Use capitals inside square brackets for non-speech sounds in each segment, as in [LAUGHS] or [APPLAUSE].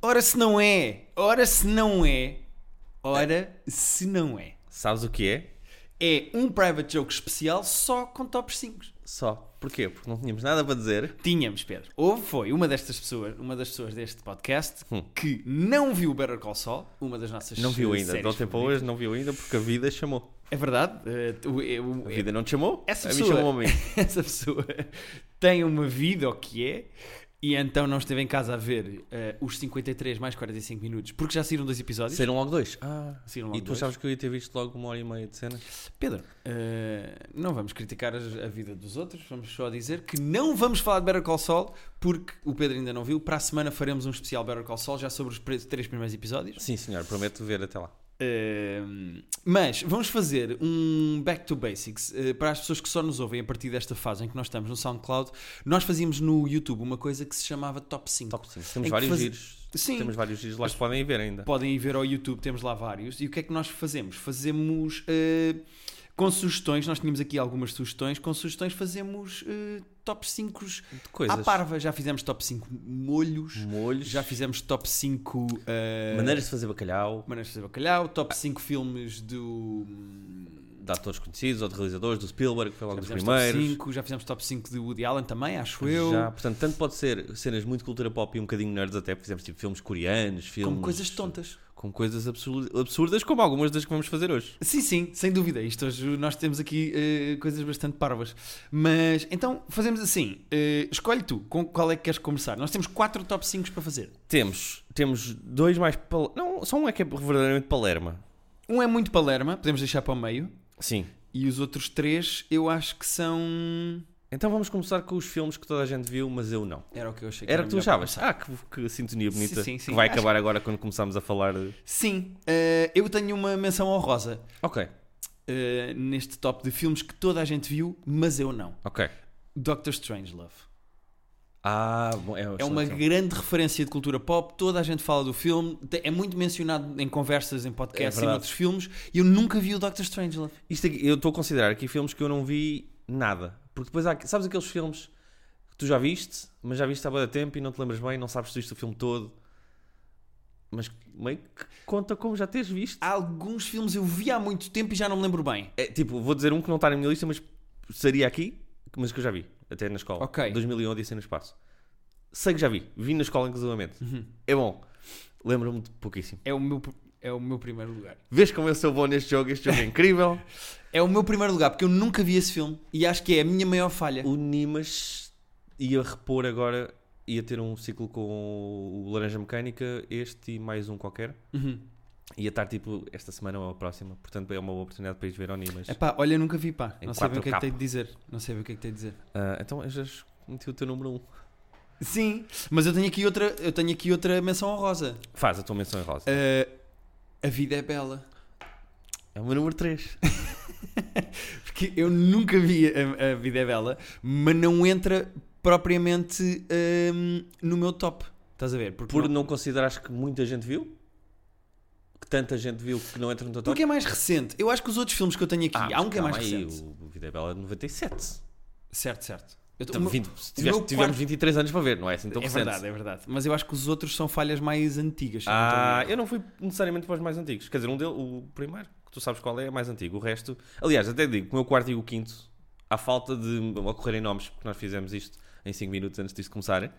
Ora se não é, ora se não é, ora se não é. Sabes o que é? É um private joke especial só com top 5. Só. Porquê? Porque não tínhamos nada para dizer. Tínhamos, Pedro. Houve, foi uma destas pessoas, uma das pessoas deste podcast Hum. que não viu Better Call Saul, uma das nossas Não viu eh, ainda. séries De ontem para favoritas. hoje não viu ainda porque a vida chamou. É verdade. eh, o- eh, o- A vida não te chamou? Essa a mim pessoa. chamou a mim. [LAUGHS] essa pessoa tem uma vida, o que é, e então não esteve em casa a ver eh, os 53 mais 45 minutos, porque já saíram dois episódios. Saíram logo dois. Ah. Saíram E logo tu dois. sabes que eu ia ter visto logo uma hora e meia de cena? Pedro, eh, não vamos criticar as- a vida dos outros, vamos só dizer que não vamos falar de Better Call Saul, porque o Pedro ainda não viu. Para a semana faremos um especial Better Call Saul, já sobre os pre- três primeiros episódios. Sim, senhor. Prometo ver até lá. Eh, mas vamos fazer um back to basics eh, para as pessoas que só nos ouvem a partir desta fase em que nós estamos no SoundCloud. Nós fazíamos no YouTube uma coisa que se chamava Top 5. Top 5. Em Temos que vários faz- giros. Sim. Temos vários giros lá que podem ver ainda. Podem ir ver ao YouTube, temos lá vários. E o que é que nós fazemos? Fazemos eh, com sugestões, nós tínhamos aqui algumas sugestões, com sugestões fazemos eh, top 5 De à coisas. parva. Já fizemos top 5 molhos, Molhos. já fizemos top 5 eh, Maneiras de fazer bacalhau. maneiras de fazer bacalhau, top 5 filmes do. de atores conhecidos ou de realizadores, do Spielberg, que foi Já logo dos fizemos top primeiros. 5, já fizemos top 5 de Woody Allen também, acho eu. Já, portanto, tanto pode ser cenas muito cultura pop e um bocadinho nerds até, porque fizemos tipo filmes coreanos, filmes... Como coisas tontas. Com coisas absurd- absurdas, como algumas das que vamos fazer hoje. Sim, sim, sem dúvida. Isto hoje nós temos aqui eh, coisas bastante parvas. Mas então fazemos assim: eh, escolhe tu com qual é que queres começar. Nós temos 4 top 5 para fazer. Temos, temos dois mais... Pal... Não, só um é que é verdadeiramente Palerma. Um é muito Palerma, podemos deixar para o meio. Sim. E os outros 3 eu acho que são. Então vamos começar com os filmes que toda a gente viu, mas eu não. Era o que eu achei que Era o que tu melhor para achavas. começar. Ah, que, que sintonia bonita. Sim, sim, sim. Que vai Acho acabar agora quando começamos a falar... de- Sim, eh, eu tenho uma menção honrosa Ok, eh, neste top de filmes que toda a gente viu, mas eu não. ok. Doctor Strangelove. Ah, bom, é, É uma excelente. grande referência de cultura pop, toda a gente fala do filme, te- é muito mencionado em conversas, em É podcasts, em verdade. outros filmes, e eu nunca vi o Doctor Strangelove. Isto aqui- eu estou a considerar aqui filmes que eu não vi nada. Porque depois há. Sabes aqueles filmes que tu já viste, mas já viste há bastante tempo e não te lembras bem, não sabes se viste o filme todo. Mas meio que conta como já tens visto. Há alguns filmes eu vi há muito tempo e já não me lembro bem. É, tipo, vou dizer um que não está na minha lista, mas seria aqui, mas que eu já vi, até na escola. Ok. 2001 Odisseia no Espaço. Sei que já vi, vi na escola inclusivamente. É bom. Lembro-me de pouquíssimo. É o meu, pr- é o meu primeiro lugar. Vês como eu sou bom neste jogo, este jogo é incrível. É o meu primeiro lugar, porque eu nunca vi esse filme, e acho que é a minha maior falha. o Nimas ia repor agora, ia ter um ciclo com o Laranja Mecânica, este e mais um qualquer. Uhum. Ia estar tipo esta semana ou a próxima, portanto é uma boa oportunidade para ir ver ao Nimas. Epá, olha, nunca vi, pá. Em Não sei bem o que é que 4K. tem de dizer. Não sei bem o que é que tem de dizer. Ah, então eu já meti o teu número 1. Um. Sim, mas eu tenho aqui outra, eu tenho aqui outra menção honrosa. Faz a tua menção em rosa. Ah, a vida é bela. É o meu número 3. Porque eu nunca vi a, a Vida é Bela, mas não entra propriamente hum, no meu top. Estás a ver? Porque, Por não- não considerares que muita gente viu? Que tanta gente viu que não entra no teu top? Ah, porque é mais recente. Eu acho que os outros filmes que eu tenho aqui, há um que é mais calma aí, recente. O Vida é Bela é de 97. Certo, certo. Eu tô- Então, o meu- 20, se o meu tiveste- tivemos quarto- 23 anos para ver, não é assim tão é recente. verdade, é verdade. Mas eu acho que os outros são falhas mais antigas. se eu não estou a Ah, ver. eu não fui necessariamente para os mais antigos. Quer dizer, um dele, o primeiro, que tu sabes qual é, é mais antigo. O resto, aliás, até digo, que o meu quarto e o quinto, à falta de ocorrerem nomes, porque nós fizemos isto em 5 minutos antes disto começar,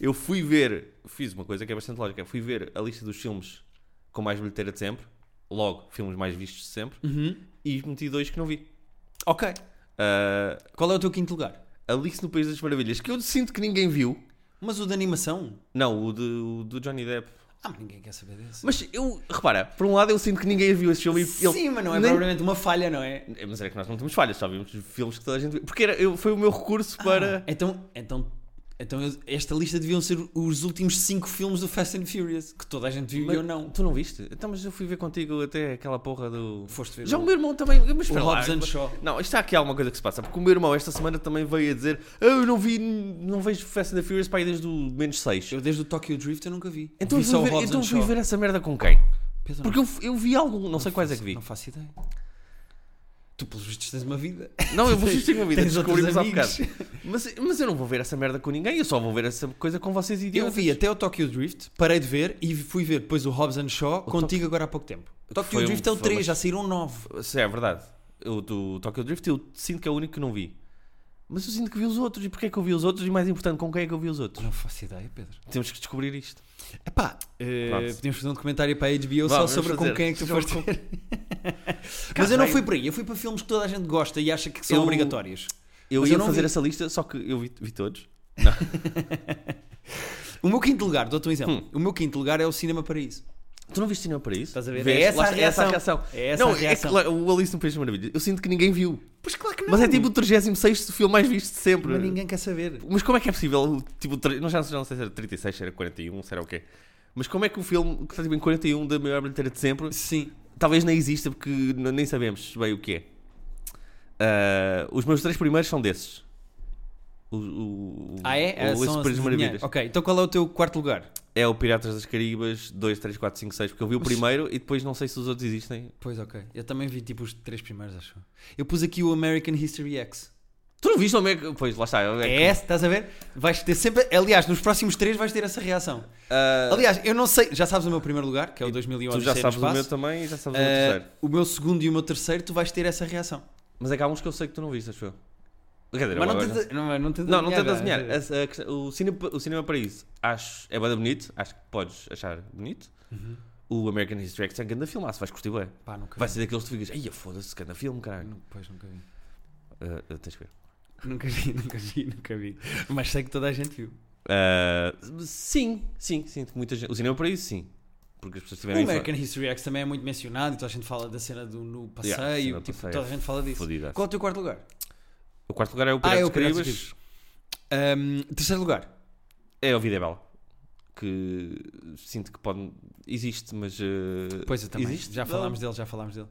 eu fui ver, fiz uma coisa que é bastante lógica, fui ver a lista dos filmes com mais bilheteira de sempre, logo, filmes mais vistos de sempre, Uhum. e meti dois que não vi. Ok. Ah, Qual é o teu quinto lugar? Alice no País das Maravilhas, que eu sinto que ninguém viu. Mas o da animação? Não, o, de, o do Johnny Depp. Ah, mas ninguém quer saber desse. Mas eu, repara, por um lado eu sinto que ninguém viu esse filme. e ele Sim, mas não é nem- propriamente uma falha, não é? É, Mas era que nós não temos falhas, só vimos filmes que toda a gente viu. Porque era, eu, foi o meu recurso para. Então, então, então eu- esta lista deviam ser os últimos 5 filmes do Fast and Furious, que toda a gente viu e Mas eu não. Tu não viste? Então, mas eu fui ver contigo até aquela porra do. Foste ver Já o- o meu irmão também. Mas O espera lá. Hobbs and Shaw. Não, isto há aqui alguma coisa que se passa. Porque o meu irmão esta semana também veio a dizer: "Ah, Eu não vi. Não vejo Fast and the Furious para aí desde o menos 6. Eu desde o Tokyo Drift eu nunca vi. Então vi eu fui, ver, então eu fui ver essa merda com quem? Pedro, Porque eu, eu vi algum, não sei não quais é faço- que vi. Não faço ideia. Tu, pelos vistos, tens uma vida. Não, eu vou assistir uma vida, Tens outros descobrimos há bocado. amigos. Mas, mas eu não vou ver essa merda com ninguém, eu só vou ver essa coisa com vocês idiotas. Eu vi até o Tokyo Drift, parei de ver e fui ver depois o Hobbs and Shaw contigo agora há pouco tempo. Tokyo Foi um- Drift é o foi 3, uma- já saíram 9. Sim, é verdade. O do Tokyo Drift eu sinto que é o único que não vi. Mas eu sinto que vi os outros. E porquê é que eu vi os outros? E mais importante, com quem é que eu vi os outros? Não faço ideia, Pedro. Temos que descobrir isto. Epá, eh, Pronto. podíamos fazer um documentário para a HBO só Vamos sobre fazer. com quem é que tu Sobre foste. com- [LAUGHS] Mas eu não Caralho. fui para aí, eu fui para filmes que toda a gente gosta e acha que são Eu- obrigatórios. Eu Mas ia eu não fazer vi. essa lista, só que eu vi, vi todos. O meu quinto lugar, dou-te um exemplo. Hum. O meu quinto lugar é o Cinema Paraíso. Tu não viste cinema para isso? Estás a ver? Vê, É essa lá a está, é essa a reação. reação. É essa a não, reação. É claro, o Alice no País das Maravilhas. Eu sinto que ninguém viu. Pois claro que Mas é tipo o 36 filme mais visto de sempre. Mas é- ninguém quer saber. Mas como é que é possível? Tipo, tre- não, já, já não sei se era 36, se era 41, se era o quê. Mas como é que o filme que está tipo, em 41 da maior bilheteira de sempre Sim. talvez nem exista porque n- nem sabemos bem o que é. Ah, os meus três primeiros são desses. O, o, Ah, é? o Ah, Alice são no as País das Maravilhas. adivinhar. Ok, então qual é o teu quarto lugar? É o Piratas das Caribas 2, 3, 4, 5, 6, porque eu vi o primeiro e depois não sei se os outros existem. Pois ok. Eu também vi tipo os três primeiros, acho. Eu pus aqui o American History X. Tu não viste o é que. Pois, lá está. é que- É essa, estás a ver? Vais ter sempre. Aliás, nos próximos três vais ter essa reação. Ah, Aliás, eu não sei. Já sabes o meu primeiro lugar, que é o 2001 tu já Odisseia no sabes o meu Espaço. também e já sabes o meu Ah, terceiro. o meu segundo e o meu terceiro, tu vais ter essa reação. Mas é que há uns que eu sei que tu não viste, acho eu. Quer dizer, Mas não agora já- tenta- não não tenta Não, não tenta adivinhar, desenhar. é- assim. A- a questão- o, cinema, o Cinema Paraíso acho, é banda bonito, acho que podes achar bonito. O American History X é um grande filme, se vais curtir bem. Uhum. Pá, nunca Vai vi. ser daqueles que tu ficas, ai, foda-se, grande filme, caralho. Nu- Pois, nunca vi. Hum. Ah, ah, tens que ver. Nunca vi, [LAUGHS] nunca vi, nunca vi. Mas sei que toda a gente viu. Ah, sim, sim, sim, muita gente. O Cinema Paraíso, sim. Porque as pessoas O tiveram American History X também é muito mencionado e toda a gente fala da cena do no passeio. Yeah, cena do tipo, passeio. Toda a gente fala disso. Fodida. Qual é o teu quarto lugar? O quarto lugar é o Ah, Piratas é o das Piratas Caribas. dos Ahm, terceiro lugar. É o Vida é Bela. Que sinto que pode. Existe, mas. ah, Pois eu também. Existe? Já falámos dele, já falámos dele.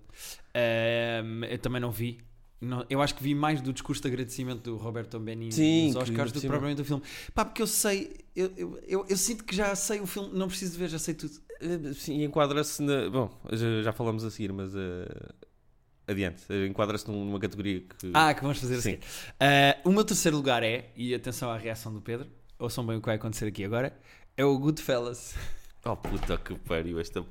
Ahm, eu também não vi. Não- eu acho que vi mais do discurso de agradecimento do Roberto Benigni Sim, nos que Oscars do que sim. propriamente o filme. Pá, porque eu sei, eu, eu, eu- eu sinto que já sei o filme, não preciso de ver, já sei tudo. Eh, Sim, enquadra-se na. Bom, já, já falamos a seguir, mas. eh, adiante. Eh, Enquadra-se num- numa categoria que. Ah, que vamos fazer Sim. assim. Ah, o meu terceiro lugar é, e atenção à reação do Pedro, ouçam bem o que vai acontecer aqui agora, é o Goodfellas. [LAUGHS] Oh puta que pariu, este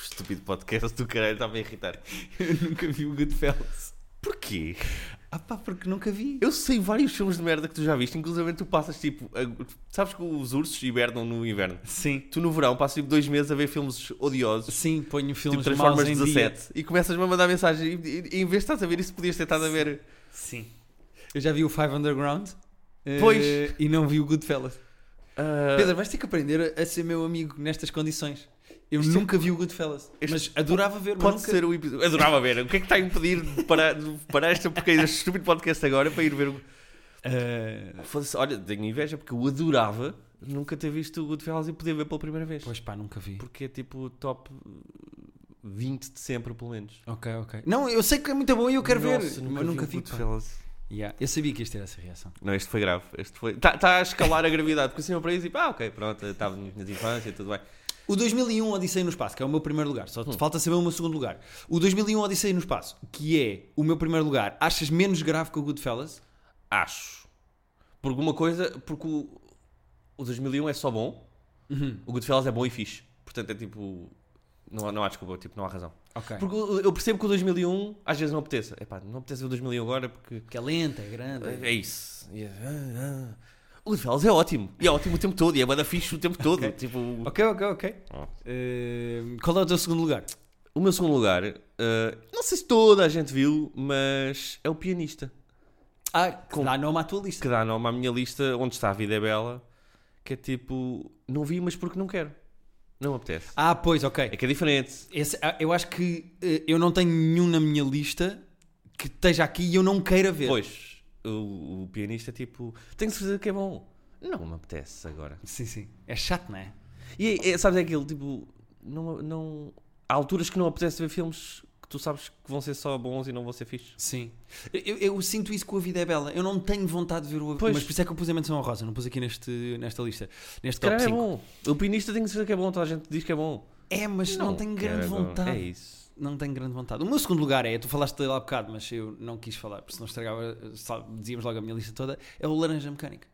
estúpido podcast do caralho está-me a irritar. eu nunca vi o Goodfellas. Porquê? Ah pá, porque nunca vi. Eu sei vários filmes de merda que tu já viste, inclusive tu passas tipo. a- sabes que os ursos hibernam no inverno. Sim. Tu no verão passas tipo dois meses a ver filmes odiosos. Sim, ponho Tipo, filmes maus transformas em dia. 17 e começas-me a mandar mensagem. E, e- e em vez de estás a ver isso, podias ter estado a ver. Sim. Eu já vi o Five Underground. eh, Pois. E não vi o Goodfellas. ah, Pedro, vais ter que aprender a ser meu amigo nestas condições. Eu Isto é- nunca vi o Goodfellas. Isto- Mas adorava ver, mas Pode nunca- ser o episódio. Eu Adorava ver. O que é que está a impedir de parar, de parar esta porcaria deste estúpido podcast agora para ir ver o. Eh, Foda-se, olha, tenho inveja porque eu adorava nunca ter visto o Goodfellas e poder ver pela primeira vez. Pois pá, nunca vi. Porque é tipo top 20 de sempre, pelo menos. Ok, ok. Não, eu sei que é muito bom e eu quero ver. Nossa, mas nunca o vi. pá. Goodfellas. Yeah, Eu sabia que ias ter essa reação. Não, este foi grave. Este foi. Está a escalar a gravidade. Porque o Senhor Paraíso, tipo, ah, ok, pronto, eu estava nas infância, tudo bem. O 2001 Odisseia no Espaço, que é o meu primeiro lugar. Só te falta saber o meu segundo lugar. O 2001 Odisseia no Espaço, que é o meu primeiro lugar, achas menos grave que o Goodfellas? Acho. Por alguma coisa, porque o, o 2001 é só bom, Uhum. o Goodfellas é bom e fixe. Portanto, é tipo. Não, há- não há desculpa, tipo, não há razão. Ok. Porque o- eu percebo que o 2001 às vezes não apeteça. Epá, não apetece ver o 2001 agora porque. Porque é lenta, é grande. É isso. E é- ah, ah. O Goodfellas é ótimo. E é ótimo o tempo todo. E é banda fixe o tempo todo. Tipo, Ok, ok, ok. Ah. Eh, qual é o teu segundo lugar? O meu segundo lugar, ah, não sei se toda a gente viu, mas é o pianista. Ah, que dá nome à tua lista. Que dá nome à minha lista, onde está a vida é bela. Que é tipo, não vi, mas porque não quero. Não me apetece. Ah, pois, É ok. que é diferente. Esse- ah, eu acho que eh, eu não tenho nenhum na minha lista que esteja aqui e eu não queira ver. Pois, o, o pianista é tipo, tenho certeza que é bom. Não me apetece agora. Sim, sim. É chato, não é? E é, é, sabes, é aquilo, tipo, não, não... Há alturas que não apetece ver filmes que tu sabes que vão ser só bons e não vão ser fixes. Sim. Eu, eu sinto isso com a vida é bela. Eu não tenho vontade de ver o Pois. Mas por isso é que eu pus a menção honrosa. Não pus aqui neste, nesta lista. Neste top Caralho, é 5. bom. O pianista tenho certeza que é bom, toda a gente diz que é bom. É, mas não, tenho grande quero agora. vontade. É isso. Não tenho grande vontade. O meu segundo lugar é, tu falaste dele há bocado, mas eu não quis falar, porque senão estragava, sabe, dizíamos logo a minha lista toda, é o Laranja Mecânica.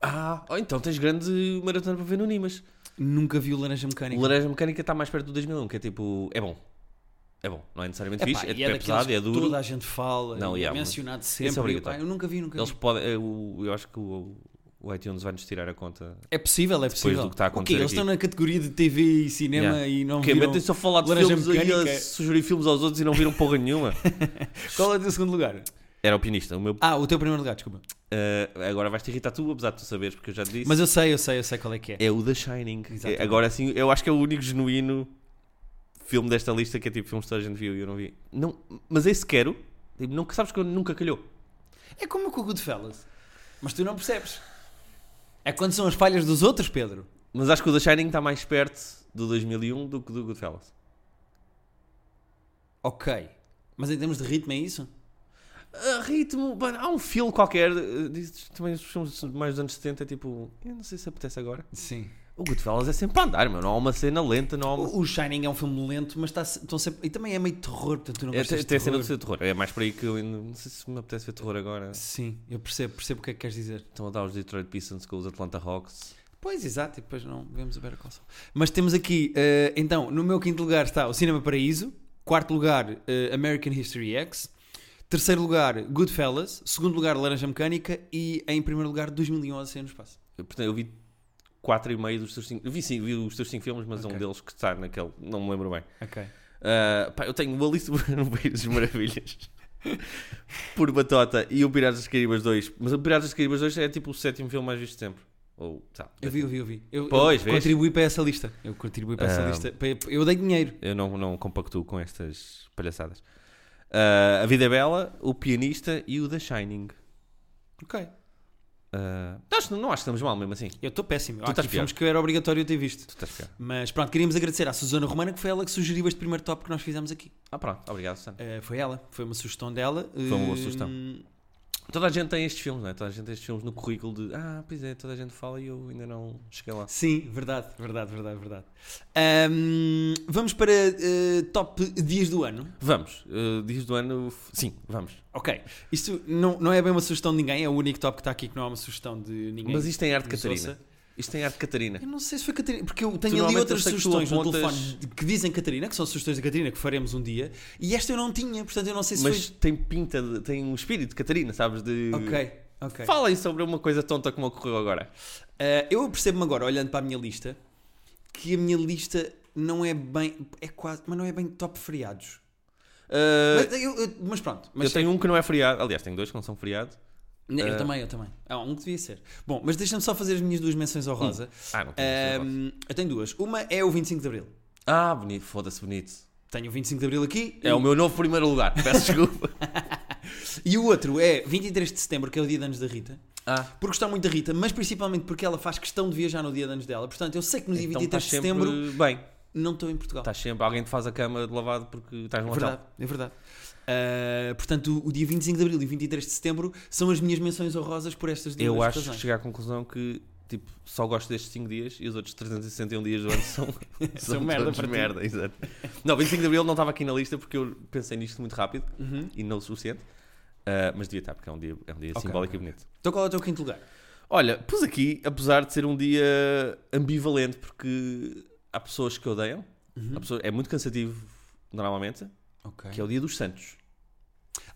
Ah, oh, então tens grande maratona para ver no Nimas. Nunca vi o Laranja Mecânica. O Laranja Mecânica está mais perto do 2001, que é tipo. É bom. É bom. Não é necessariamente Epá, fixe, é, e tipo, é daqueles pesado, que é duro. Toda a gente fala, Não, é yeah, mas mencionado é sempre. e, pá, obrigatório. eu nunca vi, nunca vi. Eles podem. é, o- Eu acho que o, o iTunes vai-nos tirar a conta. É possível, é possível. do que está a O quê? acontecer Eles aqui. estão na categoria de TV e cinema Yeah. e não Que viram... metem só a falar de Laranja filmes aí a Mecânica. sugerir filmes aos outros e não viram porra [LAUGHS] nenhuma. Qual é o teu segundo lugar? Era opinista. O meu. Ah, o teu primeiro lugar, desculpa. ah, agora vais-te irritar tu, apesar de tu saberes, porque eu já te disse. Mas eu sei, eu sei, eu sei qual é que é. É o The Shining. Exatamente. É, agora assim, eu acho que é o único genuíno filme desta lista que é tipo filmes que toda a gente viu e eu não vi. Não, mas esse quero. Tipo, Nunca, sabes que eu nunca calhou. É como com o Goodfellas. Mas tu não percebes. É quando são as falhas dos outros, Pedro. Mas acho que o The Shining está mais perto do 2001 do que do Goodfellas. Ok. Mas em termos de ritmo é isso? Ah, ritmo, mano, há um filme qualquer. ah, diz- Também os filmes mais dos anos 70 é tipo. Eu não sei se apetece agora. Sim. O Goodfellas é sempre para andar, meu. Não há uma cena lenta, não há uma. O o Shining é um filme lento, mas está, estão sempre... E também é meio terror, portanto tu não É, gostas tem de tem a cena terror. do seu terror. É mais por aí que eu ainda. Não sei se me apetece ver terror agora. Sim, eu percebo, percebo o que é que queres dizer. Estão a dar os Detroit Pistons com os Atlanta Hawks. Pois, exato, e depois não vemos a Better Call Saul. Mas temos aqui, eh, então, no meu quinto lugar está o Cinema Paraíso, quarto lugar eh, American History X, terceiro lugar Goodfellas, segundo lugar Laranja Mecânica e em primeiro lugar 2001 Odyssey no Espaço. Eu, Portanto, eu vi quatro e meio dos teus cinco. Eu vi, sim, vi os teus cinco filmes, mas é Ok. um deles que está naquele. Não me lembro bem. Ok. Ah, pá, eu tenho uma lista [LAUGHS] no País das Maravilhas por Batota e o Piratas das Caribas 2. Mas o Piratas das Caribas 2 é tipo o sétimo filme mais visto de sempre. Ou, tá, Eu vi, eu vi, eu vi. Eu, Pois, eu vês? contribuí para essa lista. Eu contribuí para essa Ah. lista. Pa- Eu dei dinheiro. Eu não, não compactuo com estas palhaçadas. Ah, a Vida é Bela, O Pianista e o The Shining. Ok. Ah, nós não, não acho que estamos mal mesmo assim. Tu Eu estou péssimo. Há estás aqui pior. filmes que era obrigatório eu ter visto. estás pior. Mas pronto, queríamos agradecer à Susana Romana, que foi ela que sugeriu este primeiro top que nós fizemos aqui. Ah, pronto, obrigado, Susana. Eh, foi ela, foi uma sugestão dela. Hum, Foi uma boa sugestão. Toda a gente tem estes filmes, não é? Toda a gente tem estes filmes no currículo de ah, pois é, toda a gente fala e eu ainda não cheguei lá. Sim, verdade, verdade, verdade, verdade. Ahm, vamos para eh, top dias do ano. Vamos, eh, diz do ano. f- Sim, vamos. Ok, isto não, não é bem uma sugestão de ninguém, é o único top que está aqui que não é uma sugestão de ninguém. Mas isto tem arte de Nos Catarina. ouça. Isto tem arte de Catarina. Eu não sei se foi Catarina, porque eu tenho ali normalmente outras eu sei que tu sugestões no apontas- telefone de- que dizem Catarina, que são sugestões de Catarina que faremos um dia, e esta eu não tinha, portanto eu não sei se Mas eh, tem pinta, de- tem um espírito de Catarina, sabes? De... foi. Ok, ok. Falem sobre uma coisa tonta como ocorreu agora. Ah, eu percebo-me agora, olhando para a minha lista, que a minha lista não é bem. É quase. Mas não é bem top feriados. Eh, Mas, eu- eu- mas pronto, mas eu tenho um que não é feriado. Aliás, tenho dois que não são feriado. Não, Né, Eu Ah. também, eu também. Há um que devia ser. Bom, mas deixa-me só fazer as minhas duas menções ao Rosa. Ah, não tenho Ah, um... eu tenho duas. Uma é o 25 de Abril. Ah, bonito, foda-se, bonito. Tenho o 25 de Abril aqui. É o meu novo primeiro lugar. [LAUGHS] Peço desculpa. E o outro é 23 de Setembro, que é o dia de anos da Rita. ah, Por gostar muito da Rita, mas principalmente porque ela faz questão de viajar no dia de anos dela. Portanto, eu sei que no dia então 23 estás de sempre Setembro bem. não estou em Portugal. Estás sempre. Alguém te faz a cama de lavado porque estás num É verdade, hotel. é verdade. Ah, portanto, o dia 25 de Abril e 23 de Setembro são as minhas menções honrosas por estas duas Eu acho que razões. cheguei à conclusão que tipo, só gosto destes 5 dias e os outros 361 dias do ano [LAUGHS] são, são, merda todos para ti. merda, exato. Não, 25 de Abril não estava aqui na lista porque eu pensei nisto muito rápido Uhum. e não o suficiente. Ah, mas devia estar, porque é um dia, é um dia Ok, simbólico e bonito. Então qual é o teu quinto lugar? Olha, pus aqui, apesar de ser um dia ambivalente, porque há pessoas que odeiam, há pessoas- é muito cansativo normalmente, Uhum. Ok. que é o dia dos Santos.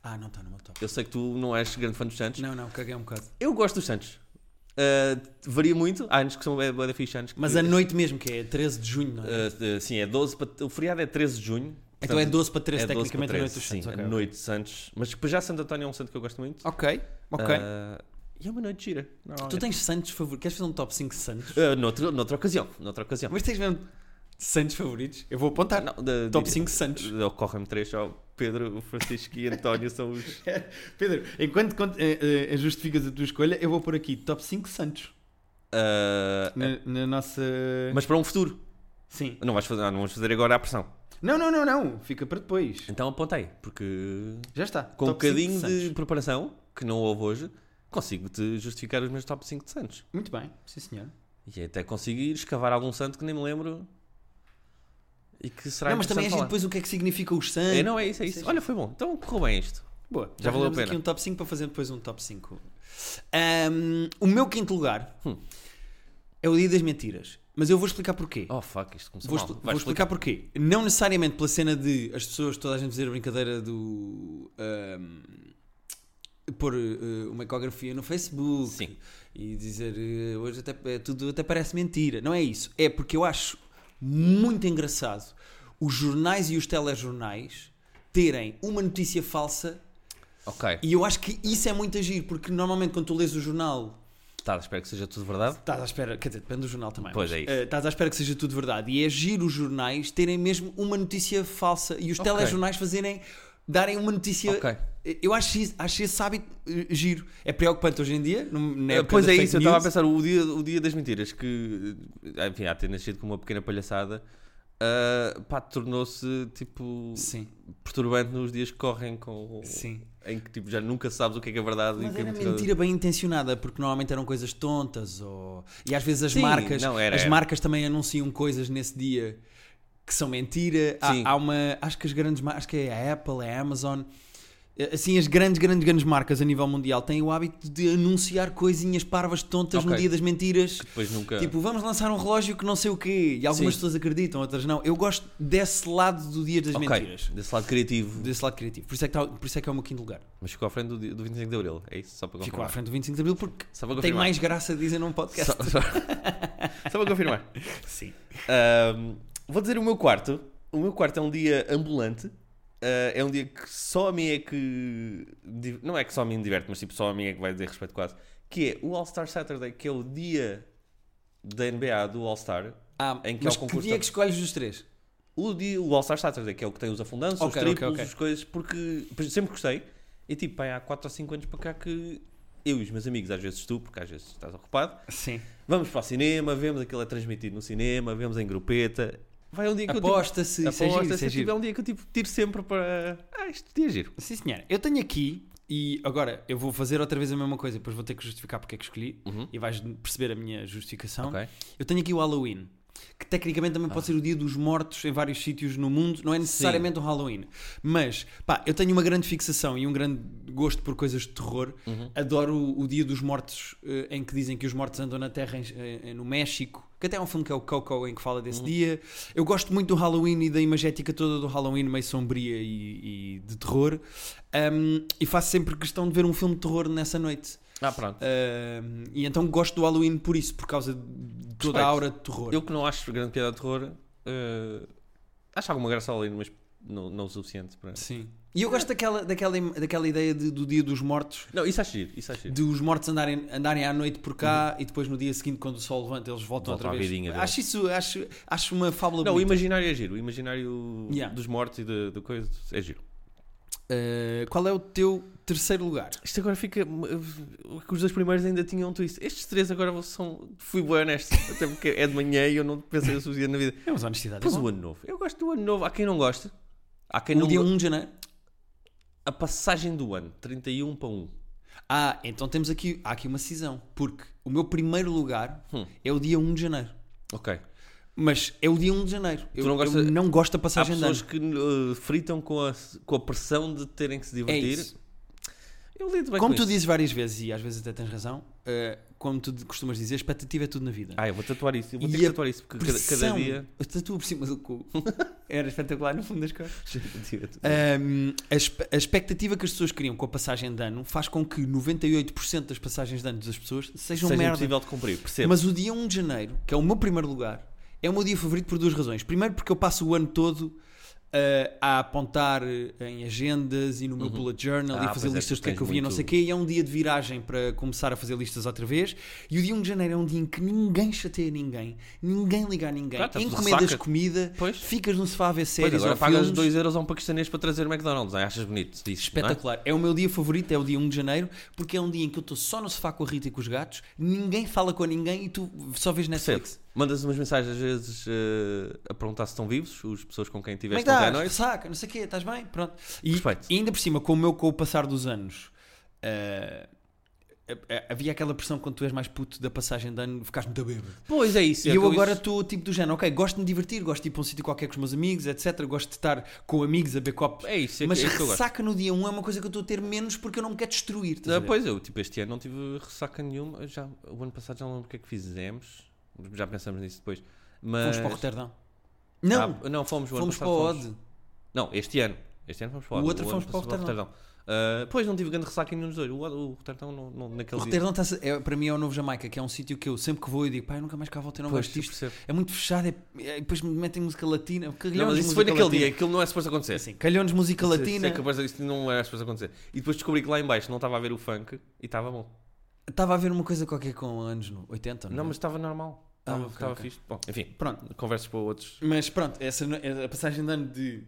Ah, não está no meu top. Eu sei que tu não és grande fã dos Santos. Não, não, caguei um bocado. Eu gosto dos Santos. Ah, varia muito. Há anos que são bué da fixe, há anos que... Mas a noite mesmo, que é 13 de junho, não é? Ah, ah, sim, é 12 para... O feriado é 13 de junho. então é 12 para 13, é 12 para tecnicamente, a noite 13, dos Santos. Sim, ok, a noite de Santos. Mas depois já Santo António é um santo que eu gosto muito. Ok, ok. Ah, e é uma noite gira. tu tens Santos favoritos? Queres fazer um top 5 Santos? Ah, noutro- noutra ocasião, noutra ocasião. Mas tens mesmo Santos favoritos? Eu vou Ah, apontar. não, da- top diria- 5 Santos. Ocorrem-me três só. Pedro, Francisco e António são os. Pedro, enquanto cont- eh, eh, justificas a tua escolha, eu vou pôr aqui top 5 Santos. Ah, Na, na nossa. mas para um futuro. Sim. Não, vais fazer, ah, não vamos fazer agora a pressão. Não, não, não, não. Fica para depois. Então apontei, porque Já está. com um Top 5 bocadinho de Santos. preparação, que não houve hoje, consigo-te justificar os meus top 5 de Santos. Muito bem, sim senhor. E até consegui escavar algum santo que nem me lembro. E que será não, mas também a gente interessante falar. depois o que é que significa os sangue. É, não, é isso, é isso. Sim. Olha, foi bom. Então correu bem isto. Boa, Já valeu a fizemos pena. aqui um top 5 para fazer depois um top 5. o meu quinto lugar Hum. é o Dia das Mentiras. Mas eu vou explicar porquê. Oh, fuck, isto começou Vou, mal. expli- Vai, vou explicar porquê. Não necessariamente pela cena de as pessoas, toda a gente fazer a brincadeira do. ahm, pôr eh, uma ecografia no Facebook Sim. e dizer eh, hoje até, é tudo até parece mentira. Não é isso. É porque eu acho muito engraçado os jornais e os telejornais terem uma notícia falsa Ok. e eu acho que isso é muito agir porque normalmente quando tu lês o jornal Tá, espero que seja tudo verdade. Estás à espera, quer dizer, depende do jornal também. Pois é isso. eh, estás à espera que seja tudo verdade. E é giro os jornais terem mesmo uma notícia falsa e os Ok. telejornais fazerem, darem uma notícia. Ok. Eu acho, isso- acho esse hábito eh, giro. É preocupante hoje em dia, num- na época pois da é fake isso, eu news. estava a pensar o dia, o dia das mentiras, que eh, enfim, há ter nascido com uma pequena palhaçada, ah, pá, tornou-se tipo Sim, perturbante nos dias que correm com sim. em que tipo já nunca sabes o que é que é verdade e o Mas que é era mentira bem intencionada, porque normalmente eram coisas tontas ou... E às vezes as Sim, marcas não, era, as era. marcas também anunciam coisas nesse dia que são mentira. Sim. Há, há uma... Acho que as grandes marcas, acho que é a Apple, a Amazon... eh, Assim, as grandes, grandes, grandes marcas a nível mundial têm o hábito de anunciar coisinhas parvas tontas no Ok. dia das mentiras. Depois nunca. Tipo, vamos lançar um relógio que não sei o quê. E algumas Sim. pessoas acreditam, outras não. Eu gosto desse lado do dia das Ok, mentiras. desse lado criativo. Desse lado criativo. Por isso é que, tá- por isso é, que é o meu quinto lugar. Mas ficou à frente do, dia- do 25 de Abril, é isso? Só para Ficou à confirmar. frente do 25 de Abril porque Só para tem confirmar. mais graça dizer num podcast. Só, só- [LAUGHS] só para confirmar. Sim. Ahm, vou dizer o meu quarto. O meu quarto é um dia ambulante. Ah, é um dia que só a mim é que. di- Não é que só a mim me diverte, mas tipo, só a mim é que vai dizer respeito quase. Que é o All-Star Saturday, que é o dia da NBA do All-Star. Ah, Em que mas há o concurso que dia da- que escolhes os três? O, dia- o All-Star Saturday, que é o que tem os afundanços, Ok, os ok, triplos, ok. as coisas, porque pois, sempre gostei. E tipo, pá, há 4 ou 5 anos para cá que eu e os meus amigos, às vezes tu, porque às vezes estás ocupado, Sim. vamos para o cinema, vemos aquilo é transmitido no cinema, vemos em grupeta. Vai um dia que eu tipo, Aposta-se, isso é Aposta, giro, isso se é eu tiver giro. um dia que eu tipo, tiro sempre para. Ah, isto dia é giro. Sim, senhora. Eu tenho aqui, e agora eu vou fazer outra vez a mesma coisa, depois vou ter que justificar porque é que escolhi, Uhum. e vais perceber a minha justificação. Ok. Ah. Eu tenho aqui o Halloween, que tecnicamente também pode ser o dia dos mortos em vários sítios no mundo, não é necessariamente um Halloween. Mas, pá, eu tenho uma grande fixação e um grande gosto por coisas de terror. Adoro o, o dia dos mortos, eh, em que dizem que os mortos andam na Terra em- eh, eh, no México, que até há um filme que é o Coco em que fala Uhum. desse dia. Eu gosto muito do Halloween e da imagética toda do Halloween, meio sombria e, e de terror. Ahm, e faço sempre questão de ver um filme de terror nessa noite. Ah, pronto. Ahm, e então gosto do Halloween por isso, por causa de toda Respeito. a aura de terror. Eu que não acho grande piada de terror, eh, acho alguma graça ali, mas não, não o suficiente para. Sim. E eu gosto daquela, daquela, im- daquela ideia de- do dia dos mortos, Não, isso acho giro, isso acho giro. de os mortos andarem, andarem à noite por cá e depois no dia seguinte, quando o sol levanta, eles voltam Voltam outra Uhum. à vez. vidinha deles. Acho isso, acho, acho uma fábula Não, o bonita. imaginário é giro, o imaginário Yeah. dos mortos e da da coisa é giro. Uh, qual é o teu terceiro lugar? Isto agora fica. eh, Os dois primeiros ainda tinham um twist. Estes três agora são. Fui bem honesto, [LAUGHS] até porque é de manhã e eu não pensei o suficiente na vida. É uma honestidade. Pois Tá o ano novo. Eu gosto do ano novo. Há quem não gosta. Há quem no não dia go- 1 de janeiro. A passagem do ano, 31 para 1. Ah, então temos aqui, há aqui uma cisão. Porque o meu primeiro lugar Hum. é o dia 1 de janeiro. Ok. Mas é o dia 1 de janeiro. Eu eu não não, gostas- gosto da Há passagem de ano. pessoas que uh, fritam com a, com a pressão de terem que se É divertir. isso. Eu lido bem Como com tu é isso. dizes várias vezes, e às vezes até tens razão, uh, como tu costumas dizer, expectativa é tudo na vida. Ah, eu vou tatuar isso. Eu vou E ter que a tatuar isso, porque cada, cada Pressão. dia... [LAUGHS] Eu tatuo por cima do cu. [LAUGHS] Era espetacular no fundo das costas. Ah, a, espe- a expectativa que as pessoas criam com a passagem de ano faz com que 98% das passagens de ano das pessoas sejam Seja merda. impossível de cumprir, percebo. Mas o dia 1 de janeiro, que é o meu primeiro lugar, é o meu dia favorito por duas razões. Primeiro, porque eu passo o ano todo eh, a apontar eh, em agendas e no meu bullet journal e Ah, a fazer pois é, listas do que é tens que eu via, não muito- sei o quê. E é um dia de viragem para começar a fazer listas outra vez. E o dia 1 de janeiro é um dia em que ninguém chateia ninguém, ninguém liga a ninguém. Claro, estás de Encomendas ressaca. comida, Pois. ficas no sofá a ver Pois, séries agora ou pagas filmes. 2 euros a um paquistanês para trazer o McDonald's. Não é? Achas bonito isso, não é? Espetacular. É o meu dia favorito, é o dia 1 de janeiro, porque é um dia em que eu estou só no sofá com a Rita e com os gatos, ninguém fala com ninguém e tu só vês Percebo. Netflix. Mandas umas mensagens às vezes eh, a perguntar se estão vivos, os pessoas com Como é quem tiveste que ontem à estás? noite. Saca, não sei o quê, estás bem? Pronto. E, Perfeito. e ainda por cima, com o meu com o passar dos anos, eh, a- a- havia aquela pressão quando tu és mais puto da passagem de ano, ficaste muito bêbado. Pois é isso. e eu agora estou tipo do género, ok, gosto de me divertir, gosto de ir para um sítio qualquer com os meus amigos, etc. Gosto de estar com amigos a beber copos. É isso, é, mas que- é isso que eu gosto. ressaca no dia 1 é uma coisa que eu estou a ter menos porque eu não me quero destruir. estás a Não, ver? pois, eu tipo, este ano não tive ressaca nenhuma. Eu Já, o ano passado já não lembro o que é que fizemos. Já pensamos nisso depois. Fomos Mas... para o Roterdão. Ah, Não, Ah, não fomos, o ano fomos para passado o fomos. Ode. Não, este ano. Este ano fomos para O Ode, outro ano fomos para o passado Ah, pois, não tive grande ressaca em nenhum dos dois. O, Ode- o Roterdão não, não, O naquele dia. Roterdão está é, para mim é o novo Jamaica, que é um sítio que eu sempre que vou eu digo, pá, eu nunca mais cá volto, eu não Pois, gosto disto. eu percebo. É muito fechado, é, é, depois me metem música latina. Não, calhão-nos mas isso foi música naquele latina. dia. Aquilo não é suposto acontecer. Sim, calhão-nos música Isso- latina. Isso, é capaz de- isso não era suposto acontecer. E depois descobri que lá em baixo não estava a ver o funk e estava bom. Estava a ver uma coisa qualquer com anos no 80, não, é? Não, mas estava normal. Ah, Estava ok, estava ok. fixe. Bom, enfim, Pronto. conversas para outros. Mas pronto, essa no- é a passagem de ano de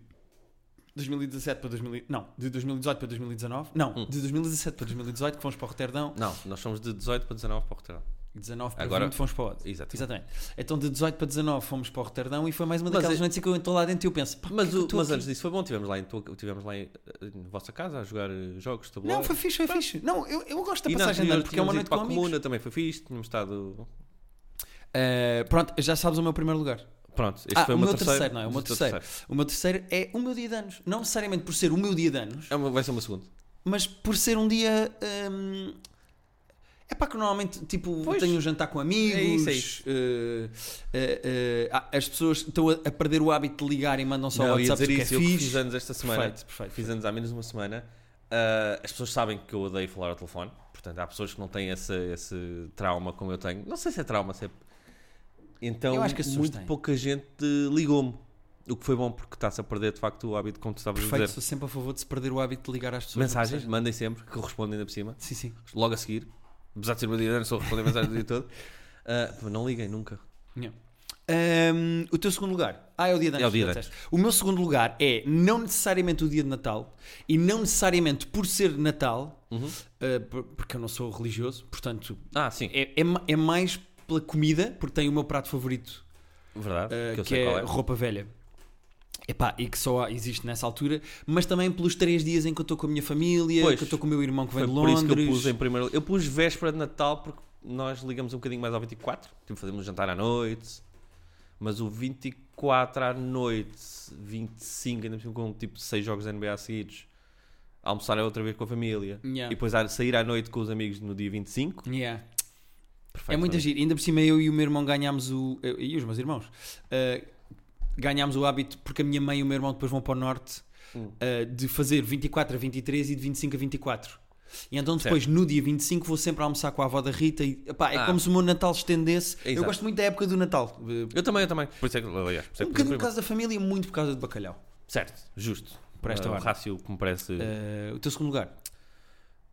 2017 para 2000, e- não, de 2018 para 2019, não, Hum. de 2017 para 2018 que fomos para o Roterdão, Não, nós somos de 18 para 19 para o Roterdão. 19 para Agora- 20 fomos para o Ode. Exatamente. Exatamente. Então de 18 para 19 fomos para o Roterdão e foi mais uma Mas daquelas é- noites em que eu estou lá dentro e eu penso, pá, Mas, porquê que eu o, estou mas aqui? antes disso foi bom. Tivemos lá em, tua- tivemos lá em, em vossa casa a jogar eh, jogos, tabuleiro. Não, foi fixe, foi fixe. Não, eu, eu gosto E da na passagem de anterior ano porque é uma tínhamos noite ido com para a amigos. comuna, também foi fixe. Tínhamos estado. Eh, pronto, já sabes o meu primeiro lugar. Pronto, este Ah, foi o meu meu terceiro. terceiro, não é? O meu Este é o terceiro. O meu terceiro é o meu dia de anos. Não necessariamente por ser o meu dia de anos, É uma- vai ser o meu segundo. mas por ser um dia. hum, é pá, que normalmente tipo, Pois. tenho um jantar com amigos. É isso, é isso. eh, eh, eh, ah, as pessoas estão a, a perder o hábito de ligar e mandam só Não, o eu ia WhatsApp dizer porque é isso. Eu que fixe. fiz anos esta semana. Perfeito, perfeito. Fiz anos há menos de uma semana. Ah, as pessoas sabem que eu odeio falar ao telefone. Portanto, há pessoas que não têm esse, esse trauma como eu tenho. Não sei se é trauma, se é... Então, Eu acho que as pessoas muito têm. pouca gente ligou-me. O que foi bom, porque está-se a perder, de facto, o hábito, como tu estavas a Perfeito, dizer. sou sempre a favor de se perder o hábito de ligar às pessoas. Mensagens, mandem sempre, que eu respondo ainda por cima. Sim, sim. Logo a seguir. Apesar de ser uma dia, não sou a responder mensagens o dia todo. Ah, mas não liguem, nunca. Não. Hum, o teu segundo lugar. Ah, é o dia de É o dia de disseste. O meu segundo lugar é não necessariamente o dia de Natal e não necessariamente por ser Natal, Uhum. uh, por- porque eu não sou religioso, portanto, Ah, sim. é, é, ma- é mais pela comida, porque tem o meu prato favorito, Verdade, uh, que que, eu sei é, qual é. roupa velha. Epá, e que só há- existe nessa altura, mas também pelos três dias em que eu estou com a minha família, Pois. que eu estou com o meu irmão que vem Foi de por Londres. isso que eu pus em primeiro Eu pus véspera de Natal porque nós ligamos um bocadinho mais ao 24. Tipo, fazemos um jantar à noite. Mas o 24 à noite, 25, ainda por cima com tipo 6 jogos da NBA seguidos. Almoçar outra vez com a família. Yeah. E depois a- sair à noite com os amigos no dia 25. Yeah. Perfeito. É muito para mim. giro. Ainda por cima, eu e o meu irmão ganhámos o. eu- e os meus irmãos. uh, ganhámos o hábito, porque a minha mãe e o meu irmão depois vão para o norte, Hum. uh, de fazer 24 a 23 e de 25 a 24. E então depois, no dia 25, vou sempre almoçar com a avó da Rita e. epá, é Ah. como se o meu Natal estendesse. Eu Exato. gosto muito da época do Natal. Uh, Eu também, eu também. Por isso é que, aliás, por isso Um é que bocadinho pus em por causa da família e muito por causa do bacalhau. primeiro. Certo, justo. Por esta Ah, o hora. rácio que me parece. Uh, o teu segundo lugar.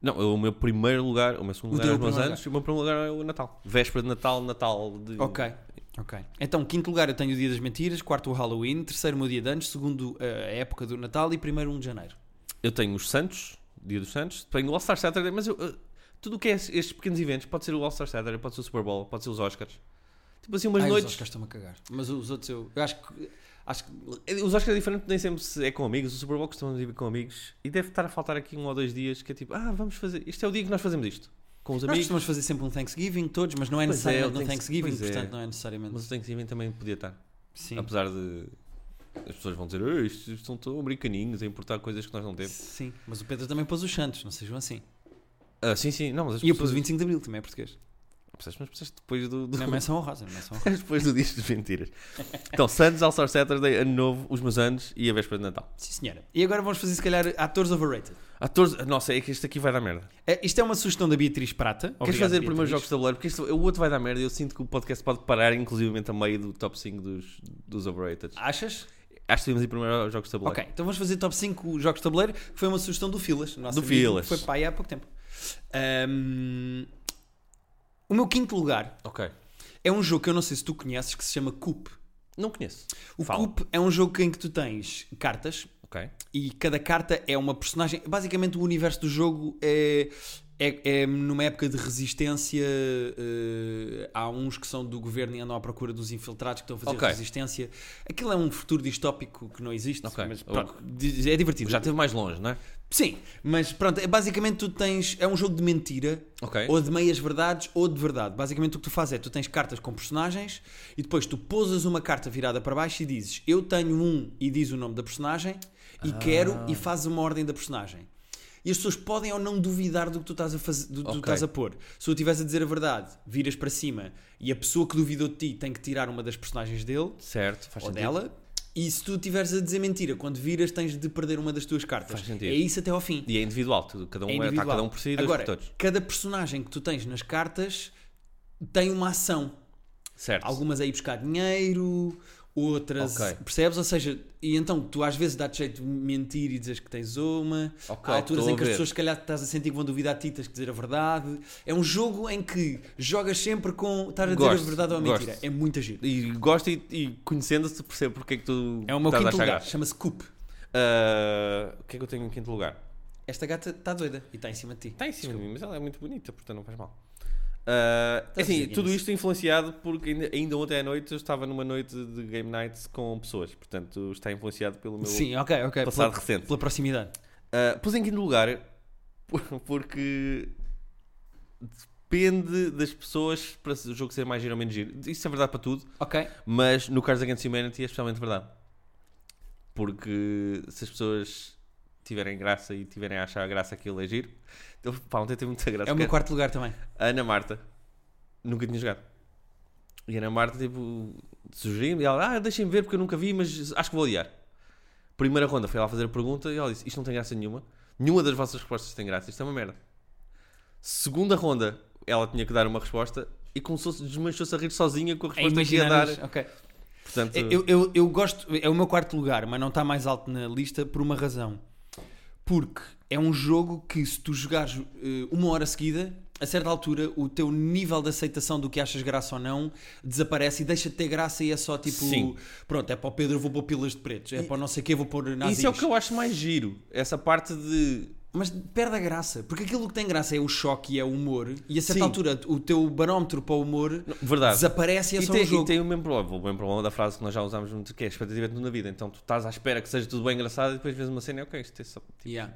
Não, é o meu primeiro lugar, o meu segundo O lugar teu é os meus primeiro anos e o meu primeiro lugar é o Natal. Véspera de Natal, Natal de. Ok. Ok. Então, quinto lugar eu tenho o Dia das Mentiras, quarto o Halloween, terceiro o meu dia de anos, segundo uh, a época do Natal e primeiro 1 de janeiro. Eu tenho os Santos, Dia dos Santos, tenho o All-Star Saturday, mas eu, eu- tudo o que é es- estes pequenos eventos, pode ser o All-Star Saturday, pode ser o Super Bowl, pode ser os Oscars. Tipo assim, umas Ai, noites. Os Oscars estão a cagar. Mas os outros eu, eu acho que. Acho que É, Os Oscars é diferente, nem sempre se é com amigos, o Super Bowl costuma ir com amigos e deve estar a faltar aqui um ou dois dias que é tipo, ah, vamos fazer, isto é o dia que nós fazemos isto, com os nós amigos. costumamos fazer sempre um Thanksgiving todos, mas não é Pois é, necessariamente o um Thanks- Thanksgiving, pois é. portanto não é necessariamente. Mas o Thanksgiving também podia estar. sim. Apesar de as pessoas vão dizer, "Ei, estes estão tão americaninhos a importar coisas que nós não temos. sim. Mas o Pedro também pôs os Santos, não sejam assim. Ah, sim, sim, não, mas as E eu pus pessoas. o 25 de Abril, também é português. Percebes? Mas percebes depois do. do... Não é [LAUGHS] menção honrosa, não é menção honrosa. depois do dia das mentiras. Então, Santos, All-Star Saturday, Ano Novo, os meus anos e a véspera de Natal. Sim, senhora. E agora vamos fazer, se calhar, atores overrated. Atores, nossa, é que este aqui vai dar merda. É, isto é uma sugestão da Beatriz Prata. Queres Obrigado, fazer Beatriz. primeiro jogos de tabuleiro? Porque este- o outro vai dar merda e eu sinto que o podcast pode parar, inclusivamente a meio do top 5 dos, dos overrated. Achas? Acho que devíamos ir primeiro aos jogos de tabuleiro. Ok, então vamos fazer top 5 jogos de tabuleiro, que foi uma sugestão do Filas. nosso amigo, Do que Filas. Foi para aí há pouco tempo. Ahm, o meu quinto lugar Ok. É um jogo que eu não sei se tu conheces que se chama Coup. Não conheço. O Fala. Coup é um jogo em que tu tens cartas Ok. e cada carta é uma personagem. Basicamente, o universo do jogo é, é, é numa época de resistência. eh, há uns que são do governo e andam à procura dos infiltrados que estão a fazer Ok. resistência. Aquilo é um futuro distópico que não existe, Ok. mas pronto, diz- é divertido. Já esteve mais longe, não é? Sim, mas pronto, é basicamente tu tens. É um jogo de mentira, Ok. ou de meias verdades, ou de verdade. Basicamente o que tu fazes é tu tens cartas com personagens e depois tu pousas uma carta virada para baixo e dizes eu tenho um e diz o nome da personagem Ah. e quero e fazes uma ordem da personagem. E as pessoas podem ou não duvidar do que tu estás a, fazer, do, que tu Ok. estás a pôr. Se tu estiveres a dizer a verdade, viras para cima e a pessoa que duvidou de ti tem que tirar uma das personagens dele Certo, faz ou sentido. dela. E se tu tiveres a dizer mentira, quando viras, tens de perder uma das tuas cartas. Faz sentido. É isso até ao fim. E é individual, tudo- cada um é é- individual. está cada um por si e dois Agora, por todos. cada personagem que tu tens nas cartas tem uma ação. Certo. Algumas aí buscar dinheiro, outras. Ok. Percebes? Ou seja, e então tu às vezes dá-te jeito de mentir e dizes que tens uma. Ok, Há alturas estou em a que as ver. pessoas, se calhar, estás a sentir que vão duvidar de ti, tens que dizer a verdade. É um jogo em que jogas sempre com estar a dizer Gosto, a verdade ou a mentira. gosto. É muito giro. E gosto e, e conhecendo-te percebo porque é que tu É o meu estás quinto a achar lugar. graça. Chama-se Coop. Ah, o que é que eu tenho em quinto lugar? Esta gata está doida e está em cima de ti. Está em cima de mim, mas ela é muito bonita, portanto não faz mal. Ah, Estás a assim, dizer tudo isso? isto influenciado porque ainda, ainda ontem à noite eu estava numa noite de game night com pessoas, portanto está influenciado pelo meu Sim, ok, ok. passado Pela, recente. pela proximidade. Ah, pus em quinto lugar [LAUGHS] por- porque depende das pessoas para o jogo ser mais giro ou menos giro. Isso é verdade para tudo, Ok. é mas no Cards Against Humanity é especialmente verdade. Porque se as pessoas tiverem graça e tiverem a achar graça aquilo é giro. Eu, pá, ontem teve muita graça. É o porque meu quarto lugar também. A Ana Marta nunca tinha jogado. E a Ana Marta, tipo, sugeriu-me e ela, ah, deixem-me ver porque eu nunca vi, mas acho que vou adiar. Primeira ronda foi ela fazer a pergunta e ela disse: Isto não tem graça nenhuma. Nenhuma das vossas respostas tem graça. Isto é uma merda. Segunda ronda, ela tinha que dar uma resposta e começou-se, desmanchou-se a rir sozinha com a resposta que ia dar. Imaginários, ok. Portanto, É Eu, eu, eu gosto, é o meu quarto lugar, mas não está mais alto na lista por uma razão. Porque é um jogo que, se tu jogares eh, uma hora seguida, a certa altura o teu nível de aceitação do que achas graça ou não desaparece e deixa de ter graça e é só tipo. Sim. Pronto, é para o Pedro, vou pôr pilas de pretos, é para o não sei o quê, vou pôr nazis. Isso é o que eu acho mais giro. Essa parte de. Mas perde a graça, porque aquilo que tem graça é o choque e é o humor, e a certa Sim. altura o teu barómetro para o humor Verdade. desaparece e é E só tem, um jogo. e tem o mesmo problema, o mesmo problema da frase que nós já usámos muito, que é a expectativa é tudo na vida. Então tu estás à espera que seja tudo bem engraçado e depois vês uma cena e ok, isto é só. tipo- Yeah.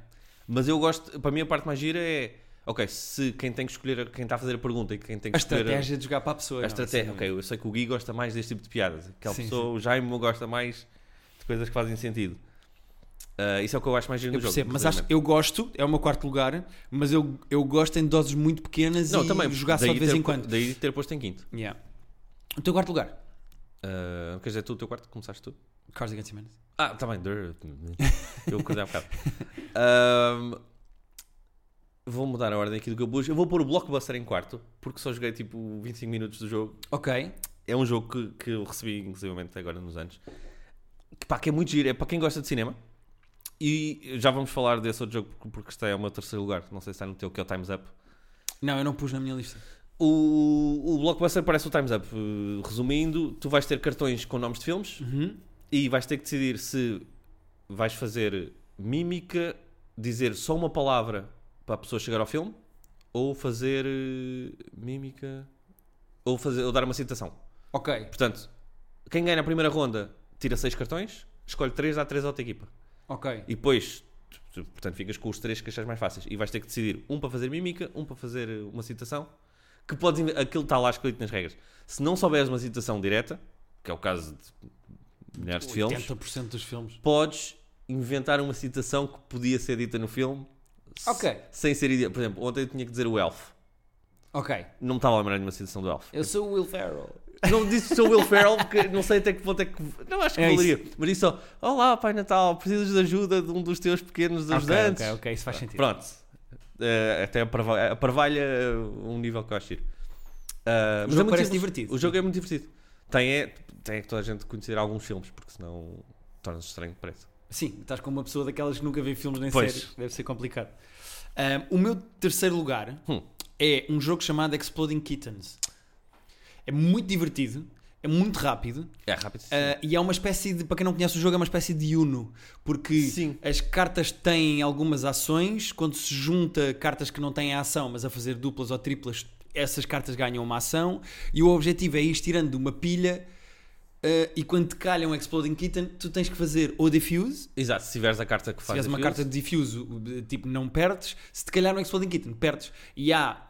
Mas eu gosto, para mim a parte mais gira é. Ok, se quem tem que escolher, quem está a fazer a pergunta e quem tem que A escolher. estratégia de jogar para a pessoa. A não, estratégia. isso Ok, eu sei que o Gui gosta mais deste tipo de piadas. Aquela Sim, pessoa, o Jaime, gosta mais de coisas que fazem sentido. Ah, isso é o que eu acho mais giro Eu no jogo. percebo, mas acho, sinceramente. eu gosto, é o meu quarto lugar, mas eu, eu gosto em doses muito pequenas Não, e também. é jogar só daí de vez ter- um em quando. Daí ter posto em quinto. Yeah. O teu quarto lugar? Ah, quer dizer, tu, o teu quarto, começaste tu? Cards Against Humanity. Ah, tá bem. dur- Eu acordei há bocado. Ahm, vou mudar a ordem aqui do que eu pus. Eu vou pôr o Blockbuster em quarto, porque só joguei tipo 25 minutos do jogo. Ok, É um jogo que, que eu recebi, inclusivamente, agora nos anos. Que, pá, que é muito giro. É para quem gosta de cinema. E já vamos falar desse outro jogo, porque, porque este é o meu terceiro lugar. Não sei se está no teu, que é o Time's Up. não, eu não pus na minha lista. O, o Blockbuster parece o Time's Up. Uh, Resumindo, tu vais ter cartões com nomes de filmes Uhum. e vais ter que decidir se vais fazer mímica, dizer só uma palavra para a pessoa chegar ao filme, ou fazer eh, mímica, ou, fazer, ou dar uma citação. Ok, Portanto, quem ganha a primeira ronda tira seis cartões, escolhe três, dá três à outra equipa. ok. E depois, tu- tu, portanto, ficas com os três que achas mais fáceis. E vais ter que decidir um para fazer mímica, um para fazer eh, uma citação. Que podes. inve- Aquilo está lá escrito nas regras. Se não souberes uma citação direta, que é o caso de milhares de filmes, 80% dos filmes. podes inventar uma citação que podia ser dita no filme s- Ok. sem ser ideia. Por exemplo, ontem eu tinha que dizer o Elf. Ok, Não me estava a lembrar de nenhuma citação do Elf. eu sou o Will Ferrell. Não disse sou Will Ferrell, [LAUGHS] porque não sei até que ponto é que. Não acho que É isso. valeria. Mas disse só: Olá, Pai Natal, precisas de ajuda de um dos teus pequenos Ok, ajudantes. ok, ok, isso faz sentido. Pronto. Eh, até a parvalha um nível que eu acho giro. Eh, O mas jogo é muito parece simples. divertido. O jogo é muito divertido. Tem é, tem é que toda a gente conhecer alguns filmes, porque senão torna-se estranho depressa. Sim, estás com uma pessoa daquelas que nunca vê filmes nem Pois. séries. Deve ser complicado. Ahm, o meu terceiro lugar Hum. é um jogo chamado Exploding Kittens. É muito divertido. É é muito rápido. É rápido. Ah, e é uma espécie de, para quem não conhece o jogo, é uma espécie de Uno, porque Sim. as cartas têm algumas ações, quando se junta cartas que não têm a ação, mas a fazer duplas ou triplas, essas cartas ganham uma ação, e o objetivo é ir tirando de uma pilha, ah, e quando te calha um Exploding Kitten, tu tens que fazer ou defuse, Exato, se tiveres a carta que se faz. tiveres uma defuse, carta de defuse, o- tipo, não perdes, se te calhar um Exploding Kitten, perdes, e há... ah,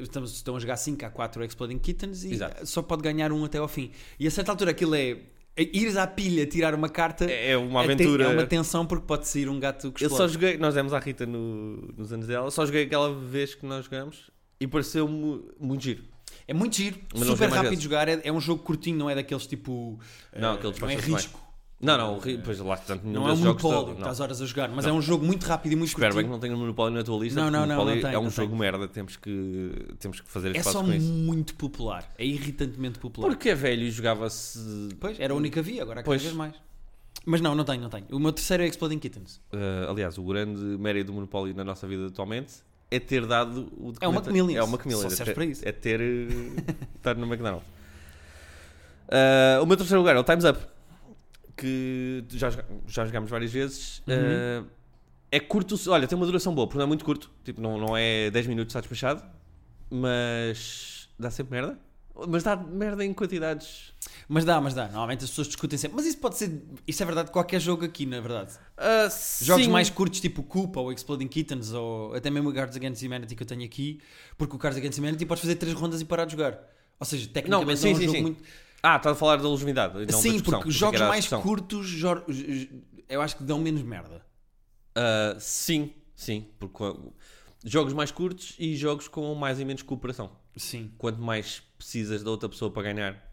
estamos, estão a jogar 5 a 4 Exploding Kittens e Exato. só pode ganhar um até ao fim. E a certa altura aquilo é, é ires à pilha tirar uma carta É é uma é te- aventura. É uma tensão porque pode sair um gato que Eu só explode. joguei, nós demos à Rita no- nos anos dela, só joguei aquela vez que nós jogamos e pareceu-me muito giro. É muito giro, Mas não joguei super mais rápido de vezes. jogar. É, é um jogo curtinho, não é daqueles tipo. Não, eh, aqueles não é passam-se bem. risco. Não, não, o Ri- pois lá tanto nenhum Não é um desses jogos monopólio, todo, não. estás horas a jogar, mas é um jogo muito rápido e muito Espero bem que curtinho. não tenha um monopólio na tua lista. Não, porque não, não, Monopólio não tem, é um não jogo merda, temos que, temos que fazer É espaço só com isso. muito popular, é irritantemente popular. Porque é velho e jogava-se. Pois, era a única via, agora há cada Pois. vez mais. Mas não, não tenho, não tenho. O meu terceiro é Exploding Kittens. eh, aliás, o grande mérito do monopólio na nossa vida atualmente é ter dado o É uma documento- Macmillan. É uma Macmillan. Só é serve ter- para isso. É ter. eh, estar no McDonald's. Eh, o meu terceiro lugar é o Time's Up. Que já, joga- já jogámos várias vezes. Uhum. Eh, é curto. Olha, tem uma duração boa, porque não é muito curto. Tipo, não, não é 10 minutos, está despachado. Mas. dá sempre merda. Mas dá merda em quantidades. Mas dá, mas dá. Normalmente as pessoas discutem sempre. Mas isso pode ser. Isso é verdade, qualquer jogo aqui, na verdade. Ah, Jogos sim. mais curtos, tipo Koopa ou Exploding Kittens ou até mesmo o Cards Against Humanity que eu tenho aqui, porque o Cards Against Humanity podes fazer três rondas e parar de jogar. Ou seja, tecnicamente não, mas sim, é um sim, jogo sim. muito. Ah, estás a falar da longevidade. não da sim, discussão, porque pensei que jogos era a mais discussão. curtos jo- jo- eu acho que dão menos merda. Ah, sim, sim. Porque uh, jogos mais curtos e jogos com mais e menos cooperação. Sim. Quanto mais precisas da outra pessoa para ganhar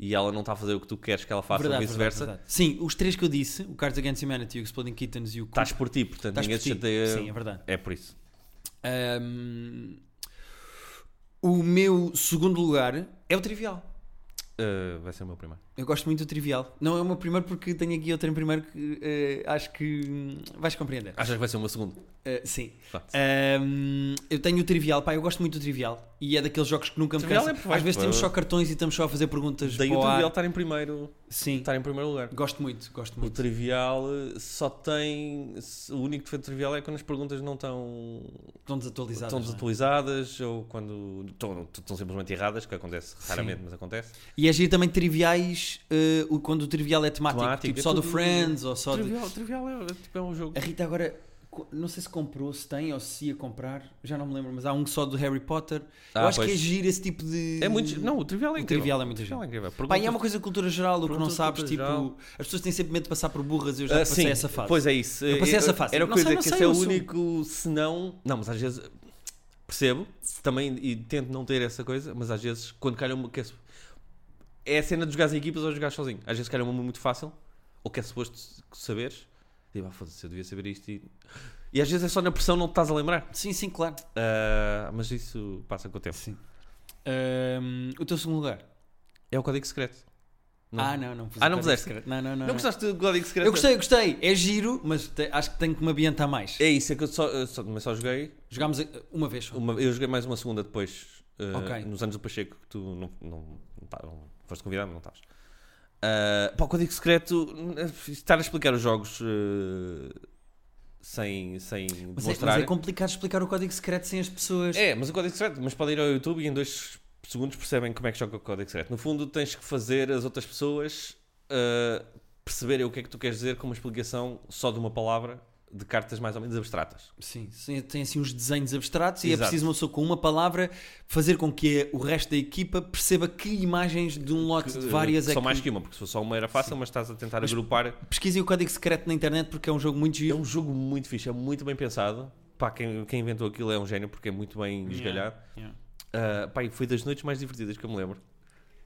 e ela não está a fazer o que tu queres que ela faça Verdade, ou vice-versa, verdade, verdade. Sim, os três que eu disse, o Cards Against Humanity, o Exploding Kittens e o Koopa. estás por ti, portanto estás ninguém por te ti. chateia. Sim, é verdade. é por isso. Ahm, o meu segundo lugar é o Trivial. Ah, vai ser o meu primeiro. Eu gosto muito do trivial. Não é o meu primeiro porque tenho aqui outro em primeiro que eh, acho que hum, vais compreender. Achas que vai ser o meu segundo? Eh, sim. Pronto. Ahm, eu tenho o trivial, pá, eu gosto muito do trivial. E é daqueles jogos que nunca me Trivial cansam. é perfeito, Às vezes pá. temos só cartões e estamos só a fazer perguntas Daí para o o ar. trivial estar em primeiro, Sim, estar em primeiro lugar. gosto muito, gosto O muito. trivial eh, só tem. O único defeito do trivial é quando as perguntas não estão Estão desatualizados. estão não é? desatualizadas ou quando estão, estão simplesmente erradas, que acontece raramente, mas acontece. E agir também triviais eh, o- quando o trivial é temático, Temático, tipo é só do tudo- Friends ou só de... trivial, trivial é, tipo, é um jogo. A Rita agora, co- não sei se comprou, se tem ou se ia comprar, já não me lembro, mas há um só do Harry Potter. eu Ah, acho que é pois. agir esse tipo de... É muito. Não, o trivial é O incrível. trivial é muito O trivial é incrível. Pá, Perguntas- e é uma coisa de cultura geral, o que não Perguntas de sabes, tipo, cultura geral. as pessoas têm sempre medo de passar por burras, eu já Ah, passei sim, essa fase. Pois é isso. Eu passei Eh, essa fase. Era Não coisa sei, não que sei, esse é eu o assumo. único, se não. Não, mas às vezes percebo também e tento não ter essa coisa, mas às vezes quando calha uma. Que é, su- é a cena de jogar em equipas ou jogar sozinho. Às vezes calha uma muito fácil, ou que é suposto saberes. Digo, ah, foda-se, eu devia saber isto e. E às vezes é só na pressão não te estás a lembrar. Sim, sim, claro. Ah, mas isso passa com o tempo. Ahm, o teu segundo lugar? É o código secreto. Ah, não, não. pus Ah, o não código puseste? secreto. Não, não, não. Não, não. gostaste do código secreto? Eu gostei, eu gostei. É giro, mas te- acho que tenho que me ambientar mais. É isso, é que eu só, eu só, mas só joguei. Jogámos a- uma vez. só. Uma, eu joguei mais uma segunda depois. eh, Ok. Nos anos do Pacheco, que tu não, não, não, tá- não foste convidado, mas não estavas. Ah, pá, o código secreto. eh, Estar a explicar os jogos eh, sem, sem Mas é, demonstrar. mas é complicado explicar o código secreto sem as pessoas. É, mas o código secreto, mas podem ir ao YouTube e em dois segundos percebem como é que joga o código secreto. No fundo, tens que fazer as outras pessoas ah, perceberem o que é que tu queres dizer com uma explicação só de uma palavra de cartas mais ou menos abstratas. Sim, sim, tem assim uns desenhos abstratos e é Exato. preciso uma pessoa com uma palavra fazer com que o resto da equipa perceba que imagens de um lote de várias São é que... mais que uma, porque se fosse só uma era fácil, mas estás a tentar agrupar. Pesquisem o código secreto na internet porque é um jogo muito É giro. um jogo muito fixe, é muito bem pensado. Pá, quem, quem inventou aquilo é um gênio porque é muito bem esgalhado. Yeah. Ah, pá, e foi das noites mais divertidas que eu me lembro.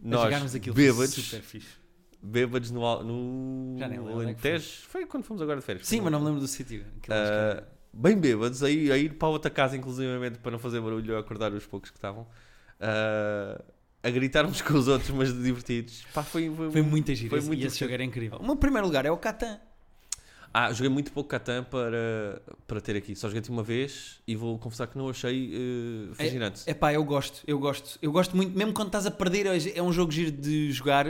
a Nós, jogarmos aquilo. bêbados, Super fixe. bêbados no, Al- no Já nem lembro onde é que foi. Alentejo. Foi quando fomos agora de férias. Sim, Foi mas não me lembro do sítio. Aquilo é acho que Ah, era. bem bêbados, aí a ir para outra casa, inclusivamente, para não fazer barulho ou acordar os poucos que estavam. Ah, a gritar uns com os outros, mas divertidos. Pá, foi, foi, Foi muito giro. Ah, foi esse- muito e esse giro. jogo era incrível. O meu primeiro lugar é o Catan. Ah, joguei muito pouco Catan para, para ter aqui. Só joguei te uma vez e vou confessar que não achei eh, fascinante. É pá, eu gosto, eu gosto, eu gosto muito, mesmo quando estás a perder, é- é um jogo giro de jogar,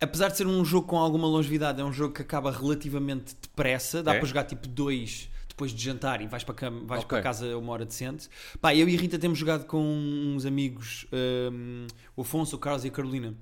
apesar de ser um jogo com alguma longevidade, é um jogo que acaba relativamente depressa, dá É? para jogar tipo dois depois de jantar e vais para, cama, vais Ok. para casa a uma hora decente. Pá, eu e a Rita temos jogado com uns amigos, hum, o Afonso, o Carlos e a Carolina.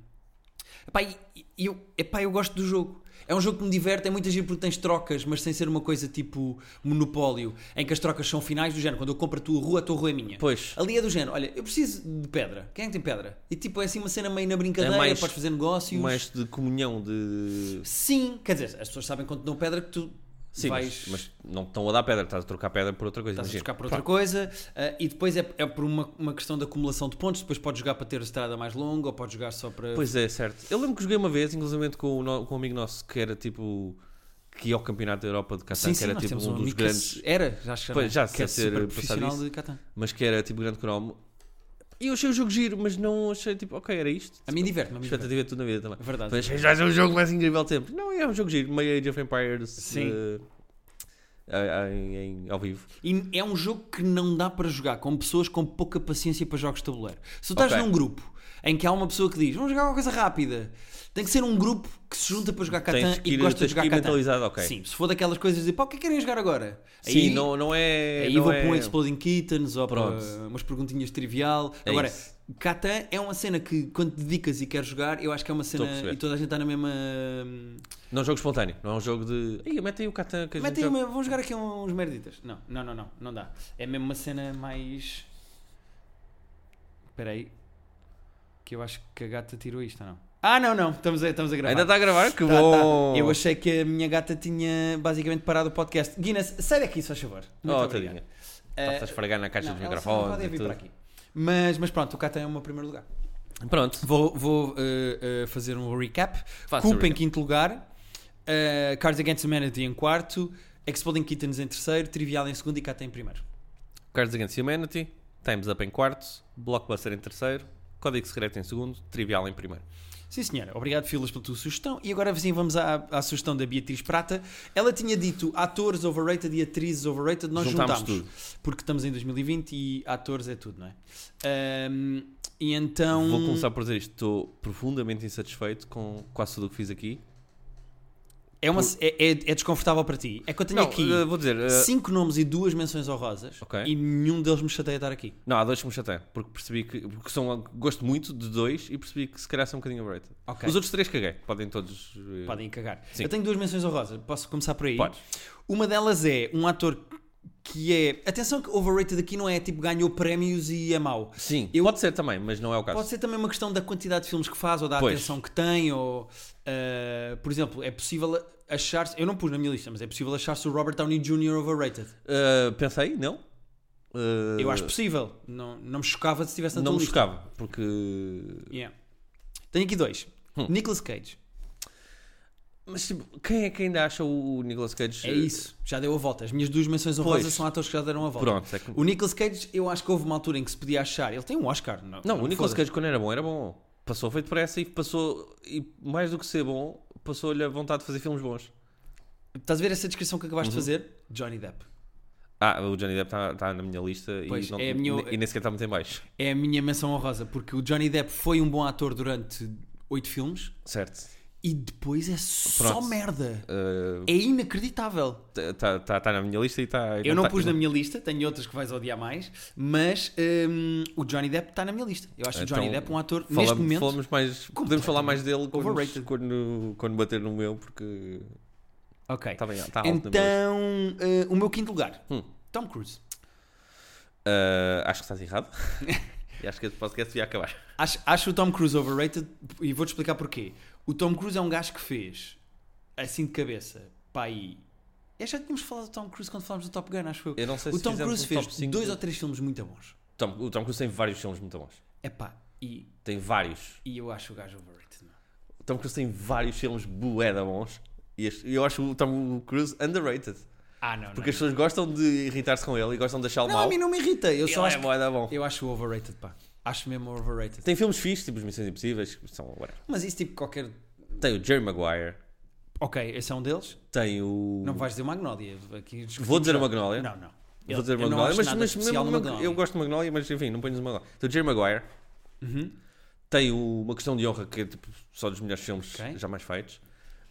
Epá, e- e eu, epá, eu gosto do jogo. É um jogo que me diverte, é muito giro porque tens trocas, mas sem ser uma coisa tipo monopólio, em que as trocas são finais do género. Quando eu compro a tua rua, a tua rua é minha. Pois. Ali é do género, olha, eu preciso de pedra. Quem é que tem pedra? E tipo, é assim uma cena meio na brincadeira, É mais- podes fazer negócios. Mais de comunhão de. Sim, quer dizer, as pessoas sabem quando te dão pedra que tu Sim, vais. mas, mas não te estão a dar pedra, estás a trocar pedra por outra coisa. Estás a imagina. trocar por outra coisa ah, e depois é, é por uma, uma questão de acumulação de pontos. Depois podes jogar para ter a estrada mais longa ou podes jogar só para. Pois é, certo. Eu lembro que joguei uma vez, inclusive com, o no- com um amigo nosso que era tipo. que ia ao Campeonato da Europa de Catan, sim, que sim, era nós tipo temos um dos amigo que é grandes. se- Era, já acho que Pois, já que é sei ter super passado profissional isso. de Catan. Mas que era tipo grande cromo. E eu achei o jogo giro, mas não achei tipo, ok, era isto. A mim diverte-me, a mim diverte. Expectativa de tudo na vida também. É verdade. Mas isto vai ser o um jogo mais incrível de sempre. Não, é um jogo giro, meio Age of Empires Sim. eh, em- em- ao vivo. E é um jogo que não dá para jogar com pessoas com pouca paciência para jogos de tabuleiro. Se tu estás Ok. num grupo em que há uma pessoa que diz vamos jogar uma coisa rápida, tem que ser um grupo que se junta para jogar Catan Tens que e ir- gosta de tens que jogar ir Catan. mentalizado, ok. Sim, se for daquelas coisas de pá, o que é que querem jogar agora? Sim, não, não é. aí não vou é... para um Exploding Kittens ou Pronto. para umas perguntinhas trivial. É agora, isso. Catan é uma cena que quando te dedicas e queres jogar, eu acho que é uma a cena perceber. e toda a gente está na mesma. hum, Não é um jogo espontâneo, não é um jogo de. Ei, mete aí o Catan que a Mete gente aí joga." uma- vamos jogar aqui um- uns merditas. Não, não, não, não, não dá. É mesmo uma cena mais. Espera aí. Que eu acho que a gata tirou isto, ou não? Ah, não, não, estamos a, estamos a gravar. Ainda está a gravar? Que Tá, tá. bom! Eu achei que a minha gata tinha basicamente parado o podcast. Guinness, sai daqui, se faz favor. Muito Oh, obrigado. tadinha. Eh, Estás a esfregar na caixa não, dos elas não microfones. podem e vir para tudo. aqui. Mas, mas pronto, o Catan é o meu primeiro lugar. Pronto. Vou, vou, eh, eh, fazer um recap. Faça Culpa o em recap. quinto lugar, eh, Cards Against Humanity em quarto, Exploding Kittens em terceiro, Trivial em segundo e Cata em primeiro. Cards Against Humanity, Time's Up em quarto, Blockbuster em terceiro, Código Secreto em segundo, Trivial em primeiro. Sim, senhora. Obrigado, Filas, pela tua sugestão. E agora sim, vamos à, à sugestão da Beatriz Prata. Ela tinha dito atores overrated e atrizes overrated. Nós juntámos, Juntámos tudo. Porque estamos em 2020 e atores é tudo, não é? Ahm, e então. Vou começar por dizer isto. Estou profundamente insatisfeito com quase tudo o que fiz aqui. É, uma- é, é- é desconfortável para ti. É que eu tenho Não, aqui eh, vou dizer. eh, cinco nomes e duas menções honrosas Ok. e nenhum deles me chateia estar aqui. Não, há dois que me chateiam, porque percebi que. Porque são, gosto muito de dois e percebi que se calhar são um bocadinho overrated. Ok. Os outros três caguei, podem todos. eh, Podem cagar. Sim. Eu tenho duas menções honrosas, posso começar por aí? Podes. Uma delas é um ator que é. Atenção, que overrated aqui não é tipo ganhou prémios e é mau. Sim, Eu- pode ser também, mas não é o caso. Pode ser também uma questão da quantidade de filmes que faz ou da Pois. atenção que tem. Ou, ah, por exemplo, é possível achar-se. Eu não pus na minha lista, mas é possível achar-se o Robert Downey Jr. overrated. Eh, pensei, não. Eh, Eu acho possível. Não, não me chocava se estivesse na Não tua me lista. chocava, porque. Yeah. Tenho aqui dois: Hum. Nicolas Cage. Mas tipo, quem é que ainda acha o Nicolas Cage? eh, É isso, já deu a volta. As minhas duas menções honrosas são atores que já deram a volta. Pronto, é que- O Nicolas Cage, eu acho que houve uma altura em que se podia achar. Ele tem um Oscar, não? Não, o Nicolas foda-se. Cage quando era bom, era bom. Passou feito pressa e passou. E mais do que ser bom, passou-lhe a vontade de fazer filmes bons. Estás a ver essa descrição que acabaste Uhum. de fazer? Johnny Depp. Ah, o Johnny Depp está na minha lista Pois, e, não, é a minha- e nem sequer está muito em baixo. É a minha menção honrosa, porque o Johnny Depp foi um bom ator durante oito filmes Certo. e depois é só Pronto. merda. É Eh, inacreditável. Está tá, tá na minha lista e está. Eu não pus na minha lista, tenho outras que vais odiar mais, mas hum, o Johnny Depp está na minha lista. Eu acho o Johnny Então, Depp um ator, falamos, neste momento, falamos mais, podemos falar mais dele overrated. quando, quando, quando bater no meu, porque ok. está bem, está tá alto na minha lista. Então, eh, o meu quinto lugar, Hum. Tom Cruise. Eh, acho que [LAUGHS] estás errado. e acho que este podcast devia acabar. Acho, acho o Tom Cruise overrated e vou-te explicar porquê. O Tom Cruise é um gajo que fez, assim de cabeça, pá aí. Eu já tínhamos falado do Tom Cruise quando falámos do Top Gun, acho eu. Eu não sei o se Tom fizemos Cruise um fez top cinco dois de- ou três filmes muito bons. Tom- o Tom Cruise tem vários filmes muito bons. É pá, e, Tem vários. e eu acho o gajo overrated. não. O Tom Cruise tem vários filmes bué-da bons. E este- eu acho o Tom Cruise underrated. Ah, não, Porque as não. pessoas gostam de irritar-se com ele e gostam de achá-lo Não, mal. a mim não me irrita. Eu só Ele acho, é bué-da bom. que- eu acho o overrated, pá. Acho mesmo overrated. Tem filmes fixos, Então, tipo Os Missões Impossíveis, que são... whatever. Mas isso, tipo, qualquer. Tem o Jerry Maguire. Ok, esse é um deles. Tem o. Não vais dizer Magnólia. Aqui discutimos Uhum. Vou dizer já. o Magnolia. Não, não. Vou dizer eu não Magnolia. acho Mas, nada mas especial mesmo- no mesmo- Magnolia. eu gosto de Magnolia, mas enfim, não ponho o Magnolia. Então, Jerry Maguire Uhum. tem o- uma questão de honra que é tipo, só dos melhores filmes Ok. jamais feitos.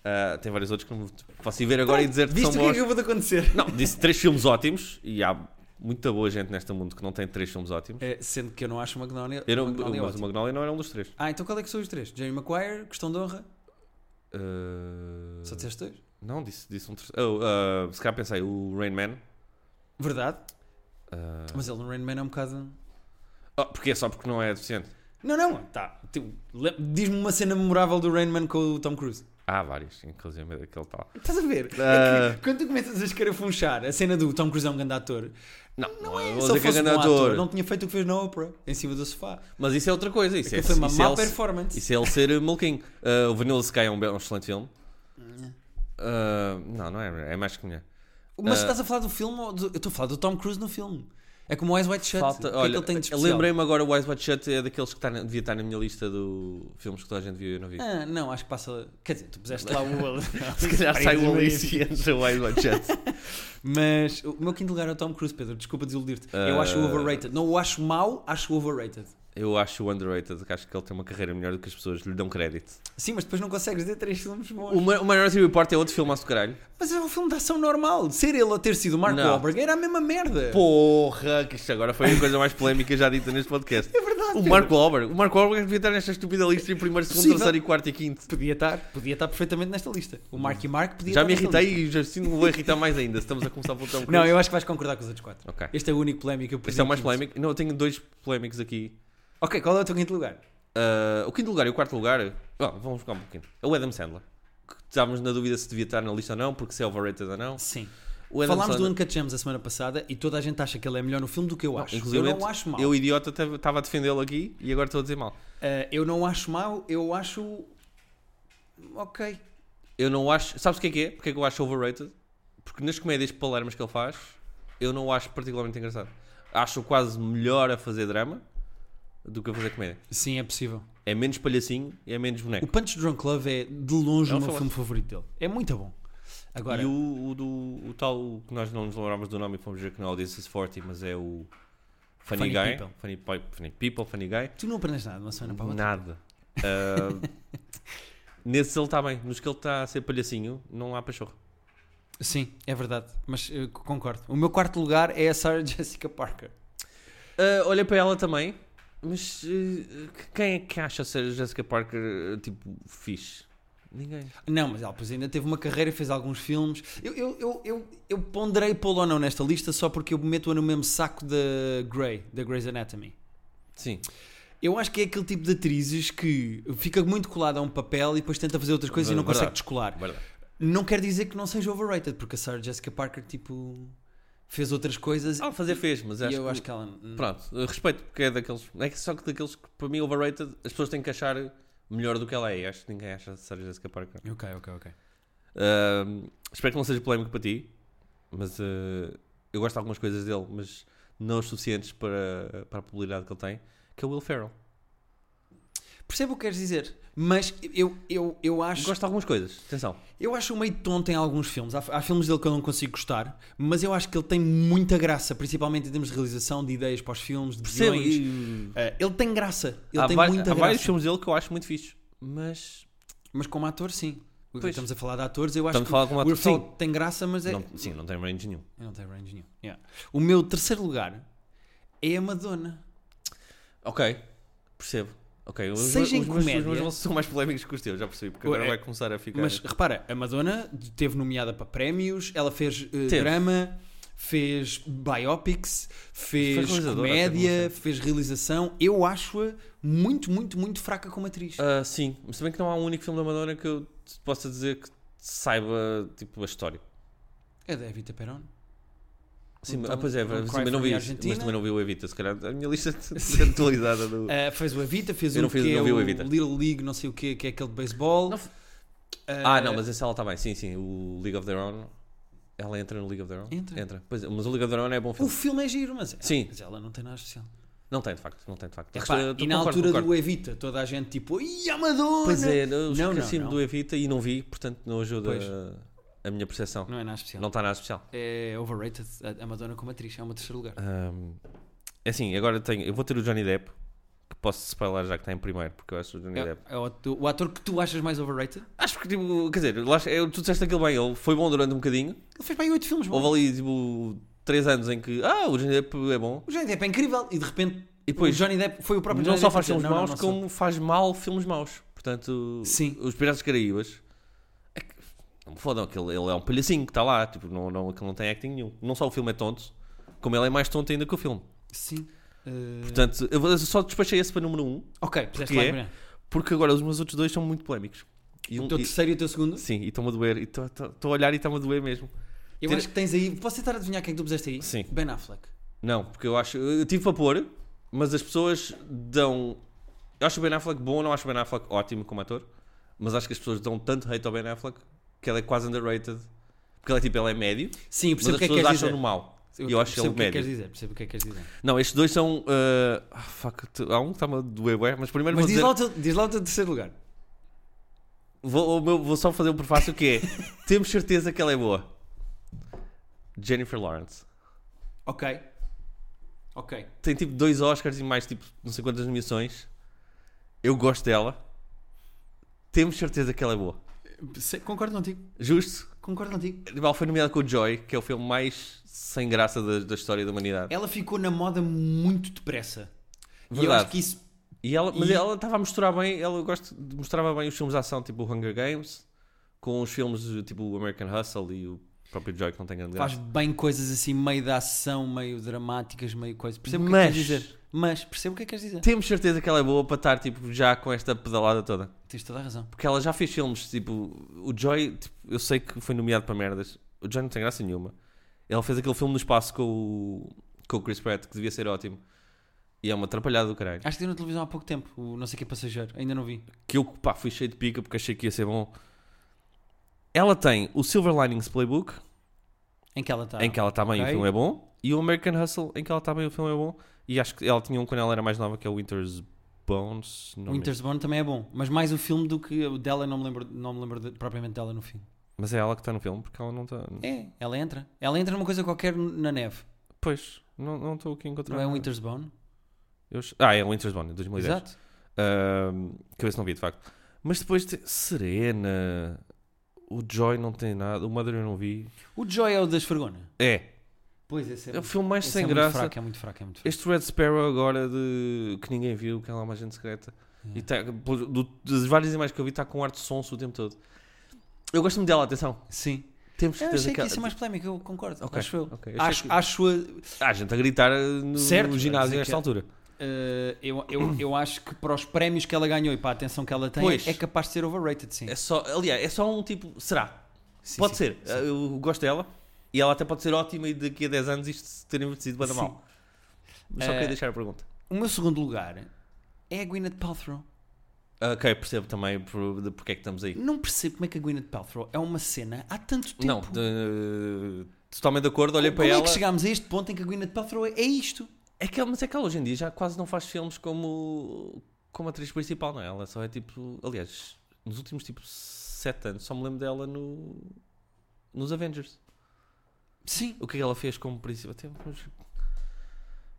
Ah, tem vários outros que não posso ir ver agora e dizer que são Viste o que é bons. que acabou de acontecer? [LAUGHS] Não, disse três filmes ótimos e há muita boa gente neste mundo que não tem três filmes ótimos. Eh, sendo que eu não acho Magnólia. Eu não- Magnólia mas o é ótimo. Magnolia não era um dos três. Ah, então qual é que são os três? Jerry Maguire, Questão de Honra. Ah, Só disseste dois? Não, disse, disse um terceiro. Oh, ah, se calhar pensei, o Rain Man. Verdade. Ah, Mas ele no Rain Man é um bocado. oh, porque é só porque não é deficiente. Não, não, tá. Tipo, le- Diz-me uma cena memorável do Rain Man com o Tom Cruise. Há vários, inclusive aquele tal. Estás a ver? É Ah. que quando tu começas a escarafunchar a cena do Tom Cruise é um grande ator, Não, não é. se ele Vou dizer que é fosse um grande ator, ator. não tinha feito o que fez na Oprah, em cima do sofá. Mas isso é outra coisa. Isso é, Aquilo foi uma isso má é ele, performance. isso é ele ser eh, maluquinho. Ah, o Vanilla Sky é um, belo- um excelente filme. Uhum. Ah, não, não é. É mais que mulher. Mas Ah. estás a falar do filme, ou do- eu estou a falar do Tom Cruise no filme. É como o Eyes Wide Shut. Falta, o que é olha, eh, que ele tem de especial? lembrei-me agora o Wise Watch Shut é daqueles que tá na- devia estar na minha lista do filmes que toda a gente viu e eu não vi. Ah, não, acho que passa. Quer dizer, tu puseste lá o. [LAUGHS] Se calhar sai o Alice e entra o Wise Watch Shut. [LAUGHS] Mas o meu quinto lugar é o Tom Cruise, Pedro. Desculpa desiludir-te. Eu Ah. acho o overrated. Não o acho mau, acho o overrated. Eu acho o underrated, que acho que ele tem uma carreira melhor do que as pessoas lhe dão crédito. Sim, mas depois não consegues dizer três filmes bons. O, Ma- o Minority Report é outro filmaço do caralho. Mas é um filme de ação normal. Ser ele ou ter sido o Mark Não. Wahlberg era a mesma merda. Porra, que isto agora foi a coisa mais polémica já dita neste podcast. É verdade. O Pedro. Marco Wahlberg. O Marco Wahlberg devia estar nesta estúpida lista em primeiro, segundo, Possível. terceiro e quarto e quinto. Podia estar, podia estar perfeitamente nesta lista. O Mark e Mark podia Já estar me nesta irritei lista. e já sinto que me vou irritar mais ainda. se Estamos a começar pelo Tom Cruise. Não, eu acho que vais concordar com os outros quatro. Ok. Este é o único polémico que eu Este é o mais podia- polémico. Não, eu tenho dois polémicos aqui. Ok, qual é o teu quinto lugar? Ah, o quinto lugar e o quarto lugar. Bom, vamos jogar um pouquinho. É o Adam Sandler. Que estávamos na dúvida se devia estar na lista ou não, porque se é overrated ou não. Sim. O Adam Falámos do Sandler- Uncut Gems a semana passada e toda a gente acha que ele é melhor no filme do que eu acho. eu Inclusive, não acho mal. eu, idiota, teve- estava a defendê-lo aqui e agora estou a dizer mal. Ah, eu não acho mal, eu acho. Ok. Eu não acho. Sabes o que é que é? Porque é que eu acho overrated? Porque nas comédias palermas que ele faz, eu não o acho particularmente engraçado. Acho quase melhor a fazer drama do que a fazer comédia. Sim, é possível. É menos palhacinho e é menos O boneco. Punch Drunk Love é de longe É um o meu filme. filme favorito dele. É muito bom. Agora, E o, o do o tal que nós não nos lembrámos do nome e fomos ver que não é Audience is 40, mas é o Funny, Funny Guy. People. Funny, Pi- funny People, Funny Guy. tu não aprendes nada de uma semana para a outra. Nada. Ah, [LAUGHS] nesse ele está bem. Nos que ele está a ser palhacinho, não há pachorra. Sim, é verdade. Mas eh, concordo. O meu quarto lugar é a Sarah [LAUGHS] Jessica Parker. Ah, olhei para ela também, mas ah, quem é que acha ser a Jessica Parker, ah, tipo, fixe? Ninguém. Não, mas ela pois ainda teve uma carreira, fez alguns filmes. Eu, eu, eu, eu, eu ponderei pô-la ou não nesta lista só porque eu meto-a no mesmo saco da Grey, da Grey's Anatomy. Sim. Eu acho que é aquele tipo de atrizes que fica muito colada a um papel e depois tenta fazer outras coisas e não Verdade. consegue descolar. Verdade. Não quer dizer que não seja overrated, porque a Sarah Jessica Parker, tipo, fez outras coisas Ah, fazer fez, mas e acho, eu que, acho que ela. Pronto, ah, respeito, porque é daqueles. É que só que daqueles que, para mim, overrated, as pessoas têm que achar melhor do que ela é. Acho que ninguém acha ser a Jessica Parker. Ok, ok, ok. Ah, espero que não seja polémico para ti, mas ah, eu gosto de algumas coisas dele, mas não os suficientes para, para a popularidade que ele tem, que é o Will Ferrell. Percebo o que queres dizer, mas eu, eu, eu acho. Gosto de algumas coisas, atenção. Eu acho meio tonto em alguns filmes. Há, há filmes dele que eu não consigo gostar, mas eu acho que ele tem muita graça, principalmente em termos de realização, de ideias para os filmes, de Percebo, visões. e- Ah, ele tem graça, ele há tem vai- muita há vários graça. filmes dele que eu acho muito fixe, mas Mas como ator, sim. Pois. Estamos a falar de atores, eu acho estamos a falar como que o ator. Urfel Sim, tem graça, mas é. não, sim, não tem range nenhum. Eu não tenho range nenhum. Yeah. O meu terceiro lugar é a Madonna. Ok, percebo. Ok, os, Seja em meus- os, meus- os comédia. meus são mais polémicos que os teus, já percebi, porque Ué, agora é- vai começar a ficar. Mas repara, a Madonna teve nomeada para prémios, ela fez eh, Teve. drama, fez biopics, Foi fez realizadora, teve comédia, uma fez realização. Eu acho-a muito, muito, muito fraca como atriz. Ah, sim, mas também que não há um único filme da Madonna que eu te possa dizer que saiba tipo, a história. É da Evita Perón. Sim, Don't- ah, pois é, Então, Don't mas Cry também não for vi Me, isso, Argentina. mas também não vi o Evita, se calhar a [LAUGHS] minha lista [LAUGHS] de atualizada do. Ah, fez o Evita, fez Eu um não fiz- que não é vi o o Evita. Little League, não sei o que, que é aquele de beisebol. Não- Ah, Ah, não, mas esse ela está bem, sim, sim. O League of Their Own. Ela entra no League of Their Own? Entra. Pois é, mas o League of Their Own é bom O filme. filme é giro, mas, Sim. mas ela não tem nada especial. Não tem, de facto. Não tem, de facto. Epá, É Eu- eu e na concordo, altura concordo. do Evita, toda a gente tipo, Ih, a Madonna! Pois é, eu Não, não, esqueci-me não. do Evita e não vi, portanto não ajuda Pois. a, a minha percepção. Não é nada especial. Não está nada especial. É overrated a- a Madonna como atriz, é uma terceiro lugar. Ahm, é assim, agora tenho. Eu vou ter o Johnny Depp, que posso spoiler já que está em primeiro, porque eu acho o Johnny Depp. É, é o, atu- o ator que tu achas mais overrated? Acho que, tipo, quer dizer, lá- eu- tu disseste aquilo bem, ele foi bom durante um bocadinho. Ele fez bem 8 filmes, bom. Houve ali, tipo, 3 anos em que, ah, o Johnny Depp é bom. O Johnny Depp é incrível e de repente E depois, o Johnny Depp foi o próprio não Johnny só Depp faz a dizer, filmes "Não, é não, maus, não sou". como faz mal filmes maus. Portanto, Sim. os Piratas dos Caraíbas. é que- Não me fodam, aquele, ele é um palhacinho que está lá, tipo, não, não, aquele não tem acting nenhum. Não só o filme é tonto, como ele é mais tonto ainda que o filme. Sim. Eh, Portanto, eu vou- eu só despachei esse para número 1, um, ok, puseste porque lá é- Breno. porque agora os meus outros dois são muito polémicos. E O um, teu e- terceiro e o teu segundo. sim, e estão-me a doer. e Estou estou a olhar e está-me a doer mesmo. Eu Tira- acho que tens aí. Posso tentar adivinhar quem é que tu puseste aí? Sim. Ben Affleck. Não, porque eu acho. Eu tive para pôr, mas as pessoas dão. Eu acho o Ben Affleck bom, não acho o Ben Affleck ótimo como ator, mas acho que as pessoas dão tanto hate ao Ben Affleck que ele é quase underrated. Porque ele é tipo, ele é médio, Sim, eu mas percebo as o que é que pessoas queres dizer. acham-no mal. Eu, percebo acho ele o que é que médio. queres dizer. Percebo o que é que queres dizer. não, estes dois são. ah, ah, fuck, tu- há um que está-me a doer, ué, mas primeiro Mas vou diz, dizer. lá o teu, diz lá o teu terceiro lugar. Vou, o meu- vou só fazer um [LAUGHS] prefácio que é: temos certeza que ela é boa. Jennifer Lawrence. Ok. Ok. tem tipo dois Oscars e mais tipo não sei quantas nomeações. Eu gosto dela. Temos certeza que ela é boa. Se- Concordo contigo. Justo? Concordo contigo. Ela foi nomeada com o Joy, que é o filme mais sem graça da, da história da humanidade. Ela ficou na moda muito depressa. E eu Verdade. acho que isso. E ela, mas E- ela estava a misturar bem, ela eu gosto, de- mostrava bem os filmes de ação, tipo o Hunger Games, com os filmes tipo o American Hustle e o próprio Joy, que não tem grande Faz graça. bem coisas assim, meio da ação, meio dramáticas, meio coisa. Percebo o que é Mas- que queres dizer. Mas percebo o que é que queres dizer. Temos certeza que ela é boa para estar tipo já com esta pedalada toda. Tens toda a razão. Porque ela já fez filmes, tipo, o Joy, tipo, eu sei que foi nomeado para merdas. O Joy não tem graça nenhuma. Ele fez aquele filme no espaço com o, com o Chris Pratt, que devia ser ótimo. E é uma atrapalhada do caralho. Acho que deu na televisão há pouco tempo, o não sei que É passageiro, ainda não vi. Que eu, pá, fui cheio de pica porque achei que ia ser bom. Ela tem o Silver Linings Playbook, Em que ela tá? está. em que ela está bem e Ah, ok. o filme é bom. E o American Hustle, em que ela está bem e o filme é bom. E acho que ela tinha um quando ela era mais nova, que é o Winter's Bones. Não O me- Winter's Bone também é bom, mas mais o filme do que o dela, eu não me lembro, não me lembro de- propriamente dela no filme. Mas é ela que está no filme, porque ela não tá- está... É, ela entra. Ela entra numa coisa qualquer na neve. Pois, não não estou aqui a encontrar Não é o nada. Winter's Bone? Eu ach- Ah, é o Winter's Bone, 2010. Exato. Ahm, que eu esse não vi, de facto. Mas depois tem Serena, o Joy não tem nada, o Mother eu não vi. O Joy é o da esfregona. É, Pois, esse é, é o muito- filme mais esse sem é graça. muito fraco, é muito fraco, é muito fraco. Este Red Sparrow agora de que ninguém viu, que é lá uma agente secreta. Hum. E tá, pelo- do- das várias imagens que eu vi, está com ar de sonso o tempo todo. Eu gosto muito dela, atenção. Sim. Temos Eu certeza achei que ela- isso é mais polémico, eu concordo. Ok, Acho eu. ok. Eu Acho, achei acho a, que- Há gente a gritar eh, no, Certo, no a dizer ginásio nesta que- é. altura. eh, eu, [COUGHS] eu, eu acho que para os prémios que ela ganhou e para a atenção que ela tem, Pois. é capaz de ser overrated, sim. É só, aliás, é só um tipo, será? Sim, pode sim. ser. Eh, Eu gosto dela. E ela até pode ser ótima e daqui a 10 anos isto se ter invertido banda Sim. mal. Mas só Eh, queria deixar a pergunta. O meu segundo lugar é a Gwyneth Paltrow. Ok, percebo também por, de porque é que estamos aí. Não percebo como é que a Gwyneth Paltrow é uma cena há tanto tempo. Não, de- totalmente de acordo. Olhei Como para é ela. que chegámos a este ponto em que a Gwyneth Paltrow é isto? É que ela- mas é que ela hoje em dia já quase não faz filmes como, como atriz principal, não é? Ela só é tipo. Aliás, nos últimos tipo 7 anos só me lembro dela no, nos Avengers. Sim. o que é que ela fez como principal. Até, mas-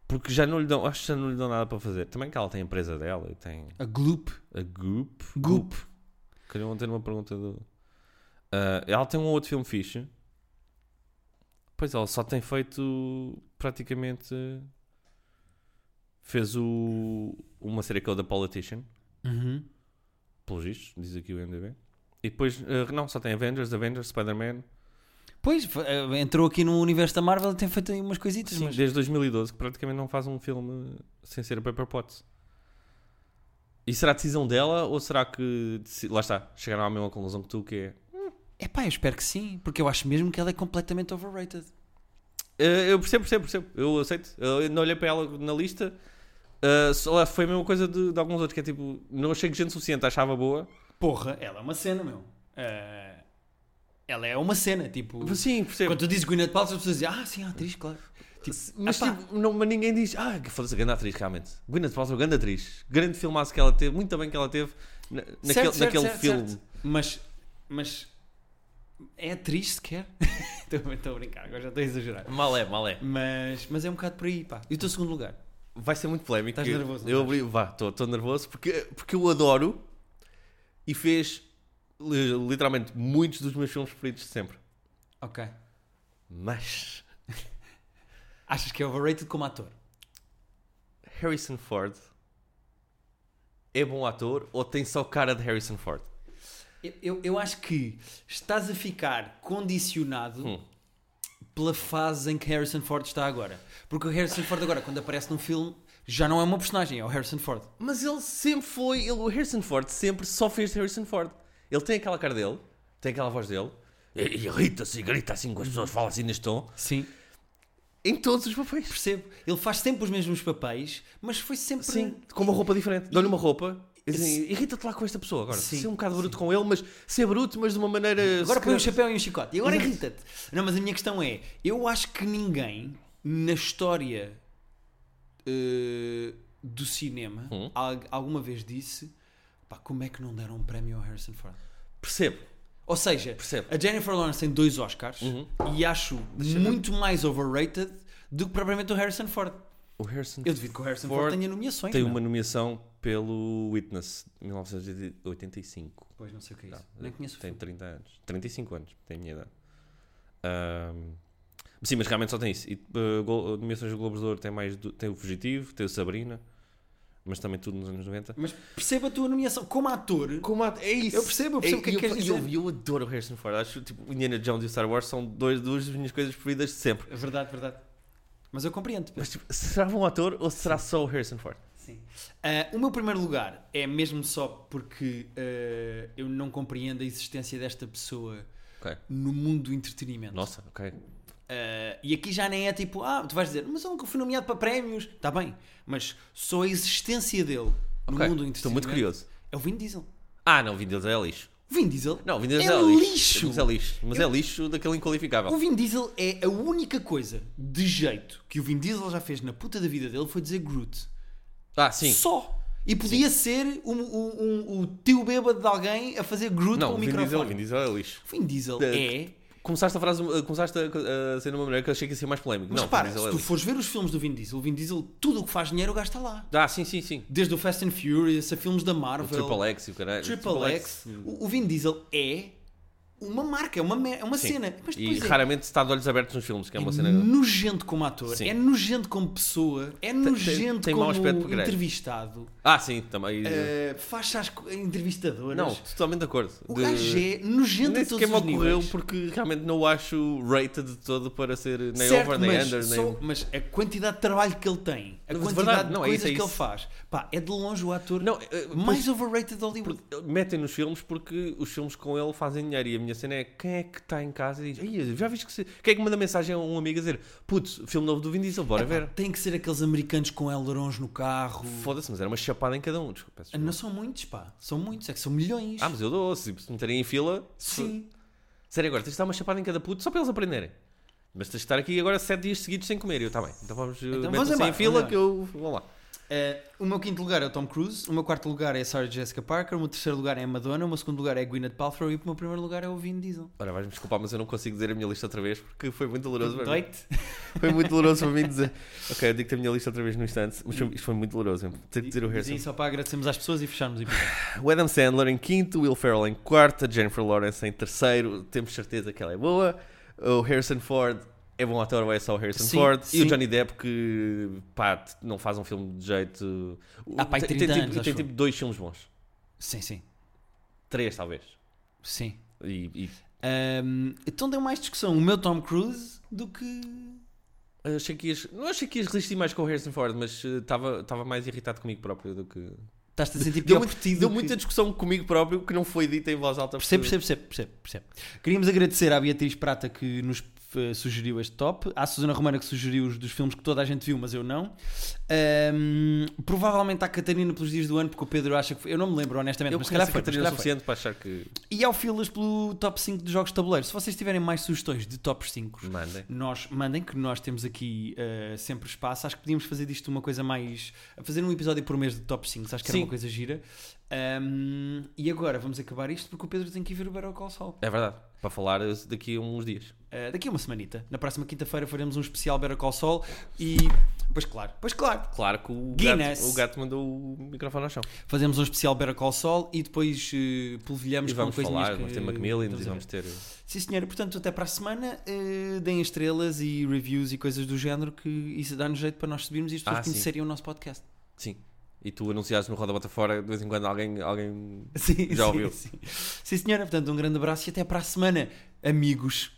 Porque já não lhe dão, acho que já não lhe dão nada para fazer. Também que ela tem a empresa dela e tem A Gloop. a Goop. Goop. Queria ontem uma pergunta do. Ah, ela tem um outro filme fixe. Pois ela só tem feito praticamente. Fez o. uma série que é o The Politician, Uhum. pelos vistos, diz aqui o MDB. E depois, ah, não, só tem Avengers, Avengers, Spider-Man. Pois, f- eh, entrou aqui no universo da Marvel e tem feito aí umas coisitas, Sim, mas... desde 2012 que praticamente não faz um filme sem ser a Paper Pot. E será a decisão dela ou será que deci- lá está, chegaram à mesma conclusão que tu que é? Epá, eu espero que sim, porque eu acho mesmo que ela é completamente overrated. Eh, Eu percebo, percebo, percebo. Eu aceito. Eh, Eu não olhei para ela na lista. Eh, só lá foi a mesma coisa de, de alguns outros que é tipo, não achei que gente suficiente achava boa. Porra, ela é uma cena, meu. Eh, ela é uma cena, tipo... Sim, Quando percebo. tu dizes Gwyneth Paltrow, as pessoas dizem, ah, sim, é atriz, claro. Se- Mas, tipo, não, mas ninguém diz, ah, que foda-se, grande atriz, realmente. Gwyneth Paltrow, grande atriz. Grande filmaço que ela teve, muito bem que ela teve na- naquele, Certo, certo, naquele certo, filme. certo. Mas, mas é atriz sequer? [LAUGHS] Estou estou a brincar, agora já estou a exagerar. Mal é, mal é. Mas, mas é um bocado por aí, pá. E o teu segundo lugar? Vai ser muito polémico. Estás nervoso, não Eu abri, vá, estou nervoso porque, porque eu adoro e fez li- literalmente muitos dos meus filmes preferidos de sempre. Ok. Mas Achas que é overrated como ator? Harrison Ford é bom ator ou tem só cara de Harrison Ford? Eu, eu, eu acho que estás a ficar condicionado Hum. pela fase em que Harrison Ford está agora. Porque o Harrison Ford agora, quando aparece num filme, já não é uma personagem, é o Harrison Ford. Mas ele sempre foi. Ele, o Harrison Ford sempre só fez Harrison Ford. Ele tem aquela cara dele, tem aquela voz dele, e e irrita-se e grita assim com as pessoas, fala assim neste tom, Sim. em todos os papéis. Percebo. Ele faz sempre os mesmos papéis, mas foi sempre... Sim, com uma roupa diferente. Dão-lhe uma roupa. e dizem, Irrita-te lá com esta pessoa agora. Sim, Sim, ser um bocado bruto com ele, mas ser bruto, mas de uma maneira. Agora se põe um calhar- chapéu e um chicote. E agora Exato. irrita-te. Não, mas a minha questão é: eu acho que ninguém na história eh, do cinema Hum. al- alguma vez disse pá, como é que não deram um prémio ao Harrison Ford? Percebo. Ou seja, Percebo. a Jennifer Lawrence tem dois Oscars Uhum. e acho muito mais overrated do que propriamente o Harrison Ford. O Harrison Eu duvido que o Harrison Ford, Ford tenha nomeações. tem meu. uma nomeação pelo Witness, 1985. Pois não sei o que é isso. Não, Nem conheço o Tem filme. 30 anos. 35 anos, tem a minha idade. Ahm, sim, mas realmente só tem isso. E eh, gol- nomeações do Globos de Ouro tem, mais do- tem o Fugitivo, tem o Sabrina, mas também tudo nos anos 90. Mas perceba a tua nomeação como ator. Como há- é isso. Eu percebo, eu percebo É- o que é que eu- queres eu, dizer. Eu, adoro o Harrison Ford. Acho tipo, o Indiana Jones e o Star Wars são dois, duas das minhas coisas preferidas de sempre. É Verdade, verdade. Mas eu compreendo. Pedro. Mas tipo, será bom ator ou será só o Harrison Ford? Sim. Ah, o meu primeiro lugar é mesmo só porque ah, eu não compreendo a existência desta pessoa Ok. no mundo do entretenimento. Nossa, ok. Ah, e aqui já nem é tipo, ah, tu vais dizer, mas eu nunca fui nomeado para prémios. Está bem, mas só a existência dele no Ok. mundo do entretenimento. Estou muito curioso. É o Vin Diesel. Ah, não, o Vin Diesel é lixo. O Vin Diesel Não, o Vin Diesel é é, lixo. Mas é lixo. Mas Eu- é lixo daquele inqualificável. O Vin Diesel é a única coisa de jeito que o Vin Diesel já fez na puta da vida dele foi dizer Groot. Ah, sim. Só. E podia ser um- um- um- o tio bêbado de alguém a fazer Groot Não, com o o Vin Diesel, microfone. Vin Diesel é lixo. O Vin Diesel Da- é. Começaste a, frase, uh, começaste a, uh, a ser de uma maneira que eu achei que ia ser mais polémico. Mas não, repara, Vin se Diesel é tu lixo. fores ver os filmes do Vin Diesel, o Vin Diesel, tudo o que faz dinheiro gasta lá. Ah, sim, sim, sim. Desde o Fast and Furious a filmes da Marvel. Triple X e o caralho. Triple X. O, o Vin Diesel é uma marca, é uma, mer- é uma Sim. cena. Mas E depois é raramente se está de olhos abertos nos filmes, que é uma cena. nojento como ator, Sim. é nojento como pessoa, é nojento tem mau como aspecto para caralho. entrevistado, Ah, sim, também. eh, faz às co- entrevistadoras. não, totalmente de acordo. O De- gajo é nojento Nem a todos sequer os me ocorreu níveis. porque realmente não o acho rated de todo para ser nem over, nem mas, under, nem. só- mas a quantidade de trabalho que ele tem, a Mas de quantidade verdade, de não, é coisas isso, é que ele isso. faz, pá, é de longe o ator Não, eh, pois- mais overrated de Hollywood. Porque metem nos filmes porque os filmes com ele fazem dinheiro. E a minha cena é quem é que está em casa e diz: "Ei, já viste que se... Quem é que manda mensagem a um amigo a dizer: Putz, filme novo do Vin Diesel, bora Epá, ver. Tem que ser aqueles americanos com ailerons no carro. Ah, Foda-se, mas era uma chapada em cada um. Desculpa, peço desculpa. Não são muitos, pá, são muitos, é que são milhões. Ah, mas eu dou. Se se meterem em fila. se- Sim. Sério, agora tens de dar uma chapada em cada puto só para eles aprenderem. Mas tens de estar aqui agora sete dias seguidos sem comer. E Eu, tá bem. Então vamos. Então, vamos embora, em fila vamos que eu. Vamos lá. Eh, o meu quinto lugar é o Tom Cruise, o meu quarto lugar é a Sarah Jessica Parker, o meu terceiro lugar é a Madonna, o meu segundo lugar é a Gwyneth Paltrow e o meu primeiro lugar é o Vin Diesel. Ora, vais-me desculpar, mas eu não consigo dizer a minha lista outra vez porque foi muito doloroso para mim. Doite? Foi muito doloroso para mim dizer. Ok, eu digo-te a minha lista outra vez no instante, mas foi, isto foi muito doloroso mesmo. Ter que dizer o Sim, Harrison. só para agradecermos às pessoas e fecharmos o episódio. O Adam Sandler em quinto, o Will Ferrell em quarto, a Jennifer Lawrence em terceiro, temos certeza que ela é boa. O Harrison Ford é bom ator ou é só o Harrison Sim, Ford? E sim. o Johnny Depp que, pá, t- não faz um filme de jeito... Ah, pá, e tem, 30 tem, anos, tipo, tem acho tipo dois filmes bons. [LAUGHS] Sim, sim, Três, talvez. sim. E, e- Ahm, então deu mais discussão o meu Tom Cruise do que. achei que ias, não achei que ias resistir mais com o Harrison Ford, mas eh, estava estava mais irritado comigo próprio do que... Estás-te a sentir Deu, pior muito- por ti do deu é que- muita discussão comigo próprio que não foi dita em voz alta. Percebo, porque- percebo, percebo, percebo, percebo. Queríamos agradecer à Beatriz Prata que nos f- sugeriu este top. Há a Susana Romana que sugeriu os dos filmes que toda a gente viu, mas eu não. Ahm, provavelmente há a Catarina pelos dias do ano, porque o Pedro acha que foi. Eu não me lembro, honestamente, Eu mas se conheço calhar a foi. mas se Catarina o calhar foi. suficiente para achar que. E ao Filas pelo top 5 de jogos de tabuleiro. Se vocês tiverem mais sugestões de top 5, Mandem. nós mandem, que nós temos aqui eh, sempre espaço. Acho que podíamos fazer disto uma coisa mais. fazer um episódio por mês de top 5, acho que era Sim. uma coisa gira. Ahm, e agora vamos acabar isto porque o Pedro tem que ir ver o Better Call Saul. É verdade. Para falar daqui a uns dias. Eh, daqui a uma semanita. Na próxima quinta-feira faremos um especial Better Call Saul e. Pois claro, pois claro. Claro que o Guinness. gato, o gato mandou o microfone ao chão. Fazemos um especial Better Call Saul e depois eh, polvilhamos E vamos com coisinhas falar, que... vamos ter Macmillans estamos e a ver. vamos ter. Sim, senhora. Portanto, até para a semana, eh, deem estrelas e reviews e coisas do género, que isso dá-nos jeito para nós subirmos e as pessoas Ah, sim. conhecerem o nosso podcast. Sim. E tu anunciaste no Roda Bota Fora, de vez em quando alguém. alguém... Sim, Já [LAUGHS] sim, ouviu. Sim. sim, senhora. Portanto, um grande abraço e até para a semana, amigos.